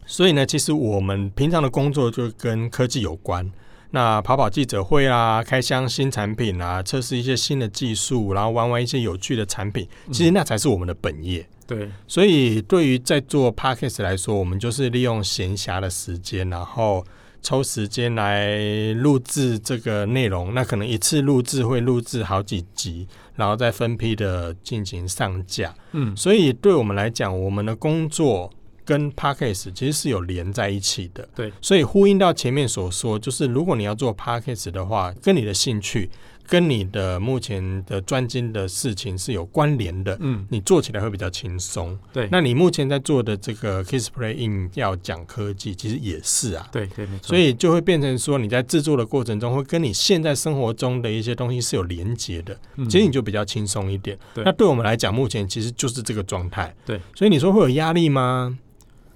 Speaker 1: 所以呢，其实我们平常的工作就跟科技有关。那跑跑记者会啊，开箱新产品啊，测试一些新的技术，然后玩玩一些有趣的产品，其实那才是我们的本业。
Speaker 2: 对，
Speaker 1: 所以对于在做 podcast 来说，我们就是利用闲暇的时间，然后抽时间来录制这个内容。那可能一次录制会录制好几集，然后再分批的进行上架。
Speaker 2: 嗯
Speaker 1: 所以对我们来讲，我们的工作跟 podcast 其实是有连在一起的。
Speaker 2: 对，
Speaker 1: 所以呼应到前面所说，就是如果你要做 podcast 的话，跟你的兴趣、跟你的目前的专精的事情是有关联的，
Speaker 2: 嗯，
Speaker 1: 你做起来会比较轻松。
Speaker 4: 对
Speaker 1: 那你目前在做的这个 Kiss Play In 要讲科技，其实也是啊。
Speaker 4: 对对，
Speaker 2: 嗯
Speaker 4: 没错。
Speaker 1: 所以就会变成说，你在制作的过程中，会跟你现在生活中的一些东西是有连接的，
Speaker 4: 嗯
Speaker 1: 其实你就比较轻松一点。
Speaker 4: 对
Speaker 1: 那对我们来讲，目前其实就是这个状态。
Speaker 4: 对，
Speaker 1: 所以你说会有压力吗？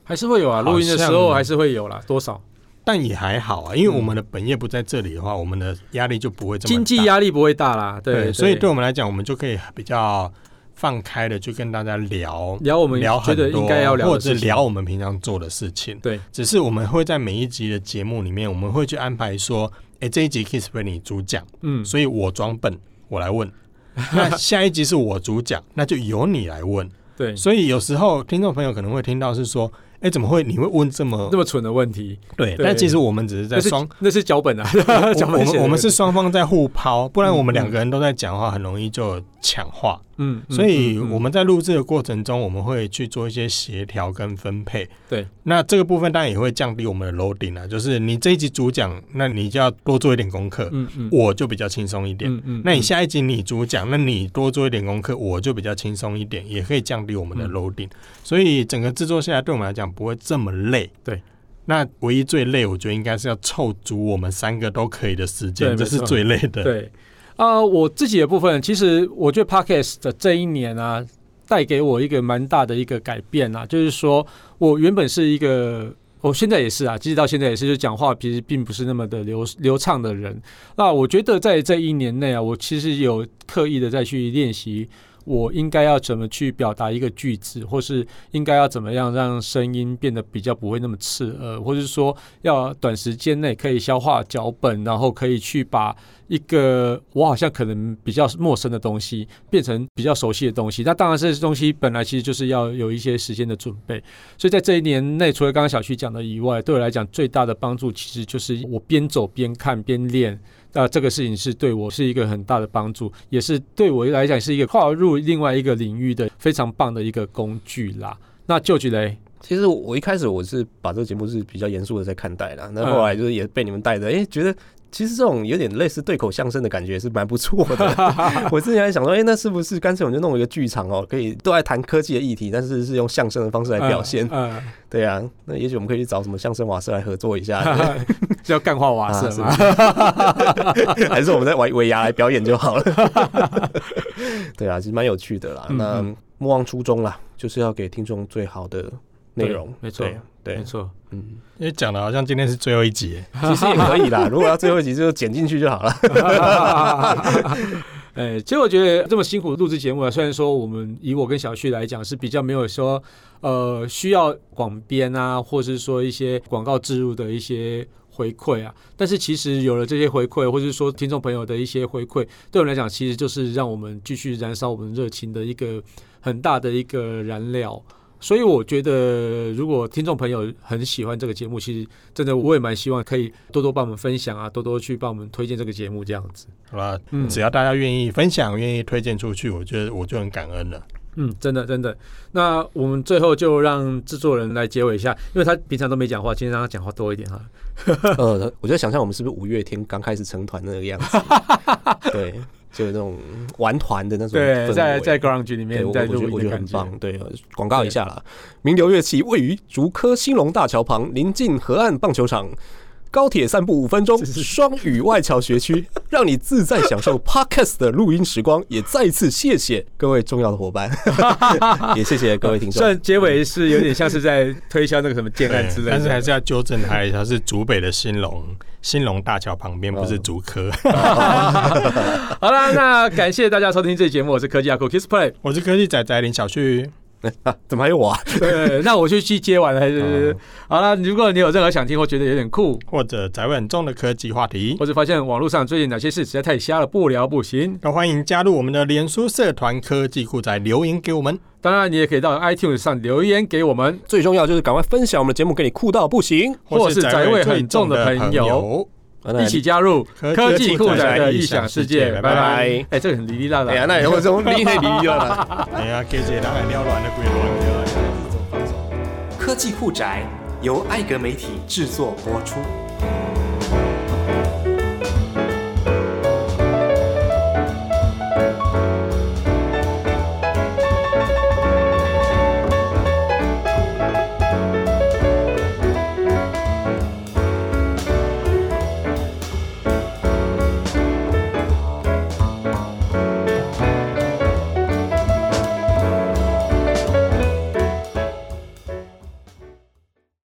Speaker 2: 还是会有啊，
Speaker 1: 好
Speaker 2: 录音的时
Speaker 1: 像
Speaker 2: 候还是会有啦，多少
Speaker 1: 但也还好啊，因为我们的本业不在这里的话，我们的压力就不会这么大
Speaker 2: 经济压力不会大啦，对，
Speaker 1: 对，所以对我们来讲，我们就可以比较放开的去跟大家聊。
Speaker 2: 聊我们
Speaker 1: 聊
Speaker 2: 觉
Speaker 1: 很多
Speaker 2: 得，应该要聊
Speaker 1: 或
Speaker 2: 的
Speaker 1: 者
Speaker 2: 事情，
Speaker 1: 聊我们平常做的事情。
Speaker 2: 对，
Speaker 1: 只是我们会在每一集的节目里面，我们会去安排说，哎，这一集 Kiss 被你主讲，
Speaker 2: 嗯，
Speaker 1: 所以我装笨，我来问。那下一集是我主讲，那就由你来问。
Speaker 2: 对，
Speaker 1: 所以有时候听众朋友可能会听到是说，哎、怎么会你会问这么
Speaker 2: 这么蠢的问题，
Speaker 1: 对？
Speaker 2: 对
Speaker 1: 但其实我们只是在
Speaker 2: 那是 [laughs]
Speaker 1: 双，
Speaker 2: 那是脚本啊，
Speaker 1: 我
Speaker 2: [laughs] 脚
Speaker 1: 我
Speaker 2: 本写
Speaker 1: 们
Speaker 2: 的
Speaker 1: 我们是双方在互抛，不然我们
Speaker 2: 嗯
Speaker 1: 两个人都在讲话，很容易就抢话。
Speaker 2: 嗯，嗯
Speaker 1: 所以
Speaker 2: 嗯嗯
Speaker 1: 我们在录制的过程中，我们会去做一些协调跟分配。
Speaker 2: 对，
Speaker 1: 那这个部分当然也会降低我们的 loading 啊，就是你这一集主讲，那你就要多做一点功课，
Speaker 2: 嗯嗯
Speaker 1: 我就比较轻松一点。
Speaker 2: 嗯嗯
Speaker 1: 那你
Speaker 2: 嗯
Speaker 1: 下一集你主讲，那你多做一点功课，我就比较轻松一点，也可以降低我们的
Speaker 2: 嗯
Speaker 1: loading，、所以整个制作下来对我们来讲不会这么累。
Speaker 4: 对，
Speaker 1: 那唯一最累，我觉得应该是要凑足我们三个都可以的时间，
Speaker 2: 对
Speaker 1: 这
Speaker 2: 没
Speaker 1: 是
Speaker 2: 错
Speaker 1: 最累 [laughs] 的。，
Speaker 2: 对，啊，我自己的部分，其实我觉得 podcast 的这一年啊，带给我一个蛮大的一个改变啊，就是说我原本是一个。我现在也是啊，其实到现在也是，就讲话其实并不是那么的流流畅的人。那我觉得在这一年内啊，我其实有刻意的再去练习，我应该要怎么去表达一个句子，或是应该要怎么样让声音变得比较不会那么刺耳，或是说要短时间内可以消化脚本，然后可以去把一个我好像可能比较陌生的东西变成比较熟悉的东西。那当然，这些东西本来其实就是要有一些时间的准备。所以在这一年内，除了刚刚小旭讲的以外，对我来讲最大的帮助其实就是我边走边看边练。那、这个事情是对我是一个很大的帮助，也是对我来讲是一个跨入另外一个领域的非常棒的一个工具啦。那就举呃雷，
Speaker 3: 其实我一开始我是把这个节目是比较严肃的在看待啦，
Speaker 2: 嗯
Speaker 3: 那后来就是也被你们带着，哎、觉得其实这种有点类似对口相声的感觉也是蛮不错的。
Speaker 2: [laughs]
Speaker 3: 我之前还想说，哎、那是不是干脆我们就弄一个剧场哦，可以都在谈科技的议题，但是是用相声的方式来表现。
Speaker 2: 嗯、呃
Speaker 3: 对啊，那也许我们可以去找什么相声瓦舍来合作一下， [laughs]
Speaker 2: 是呃要干化瓦舍吗？
Speaker 3: 还是我们在尾尾牙来表演就好了。 [laughs] 对啊，其实蛮有趣的啦。
Speaker 2: 嗯
Speaker 3: 那
Speaker 2: 嗯
Speaker 3: 莫忘初衷啦，就是要给听众最好的内容。
Speaker 4: 没错
Speaker 3: 对
Speaker 4: 没
Speaker 3: 对，
Speaker 4: 错，
Speaker 3: 嗯。
Speaker 1: 因为讲的好像今天是最后一集耶，
Speaker 3: 其实也可
Speaker 2: [laughs]
Speaker 3: 以啦，如果要最后一集就剪进去就好了。
Speaker 2: [laughs] 哎，其实我觉得这么辛苦录制节目啊，虽然说我们以我跟小旭来讲是比较没有说呃需要广编啊，或是说一些广告植入的一些回馈啊，但是其实有了这些回馈，或是说听众朋友的一些回馈，对我们来讲其实就是让我们继续燃烧我们热情的一个很大的一个燃料。所以我觉得，如果听众朋友很喜欢这个节目，其实真的我也蛮希望可以多多帮我们分享啊，多多去帮我们推荐这个节目这样子。
Speaker 1: 好吧？
Speaker 2: 嗯
Speaker 1: 只要大家愿意分享、愿意推荐出去，我觉得我就很感恩了。
Speaker 2: 嗯，真的真的。那我们最后就让制作人来结尾一下，因为他平常都没讲话，今天让他讲话多一点哈。嗯
Speaker 3: 呃，我就想象我们是不是五月天刚开始成团的那
Speaker 2: [laughs]
Speaker 3: 个样子？对，就有那种玩团的那种氛围。
Speaker 2: 在在 Ground 里
Speaker 3: 对，
Speaker 2: 面
Speaker 3: 我
Speaker 2: 在
Speaker 3: 我觉
Speaker 2: 录
Speaker 3: 得我
Speaker 2: 音
Speaker 3: 觉
Speaker 2: 的
Speaker 3: 得很
Speaker 2: 感觉，
Speaker 3: 棒。对，呃广告一下啦，名流乐器位于竹科兴隆大桥旁，临近河岸棒球场。高铁散步五分 [laughs] 钟，双语外侨学区，让你自在享受 podcast 的录音时光。也再一次谢谢各位重要的伙 [laughs] 伴，也谢谢各位听众
Speaker 2: 虽。然结尾是有点像是在推销那个什么建案之类的，
Speaker 1: 但是还是要纠正他一下，是竹北的兴隆，兴隆大桥旁边，不
Speaker 2: 嗯
Speaker 1: 是竹科。
Speaker 2: [laughs]
Speaker 1: [laughs]
Speaker 2: 好啦，那感谢大家收听这期节目，我是科技阿酷 Kiss Play。
Speaker 1: 我是科技仔仔林小旭，
Speaker 3: [laughs] 啊怎么还有我、啊？
Speaker 2: 对， [laughs] 那我去去接完了，还是好啦，如果你有任何想听或觉得有点酷，
Speaker 1: 或者宅味很重的科技话题，
Speaker 2: 或者发现网络上最近哪些事实在太瞎了，不聊不行。
Speaker 1: 都欢迎加入我们的脸书社团科技酷宅，留言给我们。
Speaker 2: 当然，你也可以到 iTunes 上留言给我们。
Speaker 3: 最重要就是赶快分享我们的节目，给你酷到不行。
Speaker 2: 或是宅味
Speaker 1: 最
Speaker 2: 很重的朋友，
Speaker 3: 啊那
Speaker 2: 一起加入科技酷宅的异想世界，拜
Speaker 1: 拜
Speaker 2: 拜
Speaker 3: 拜。
Speaker 2: 哎、这个很哩哩啦啦。
Speaker 3: 哎呀， [laughs] 那有这种厉害理由了。
Speaker 1: 哎呀，给这人来撩乱的鬼乱掉。
Speaker 5: 科技酷宅由艾格媒体制作播出。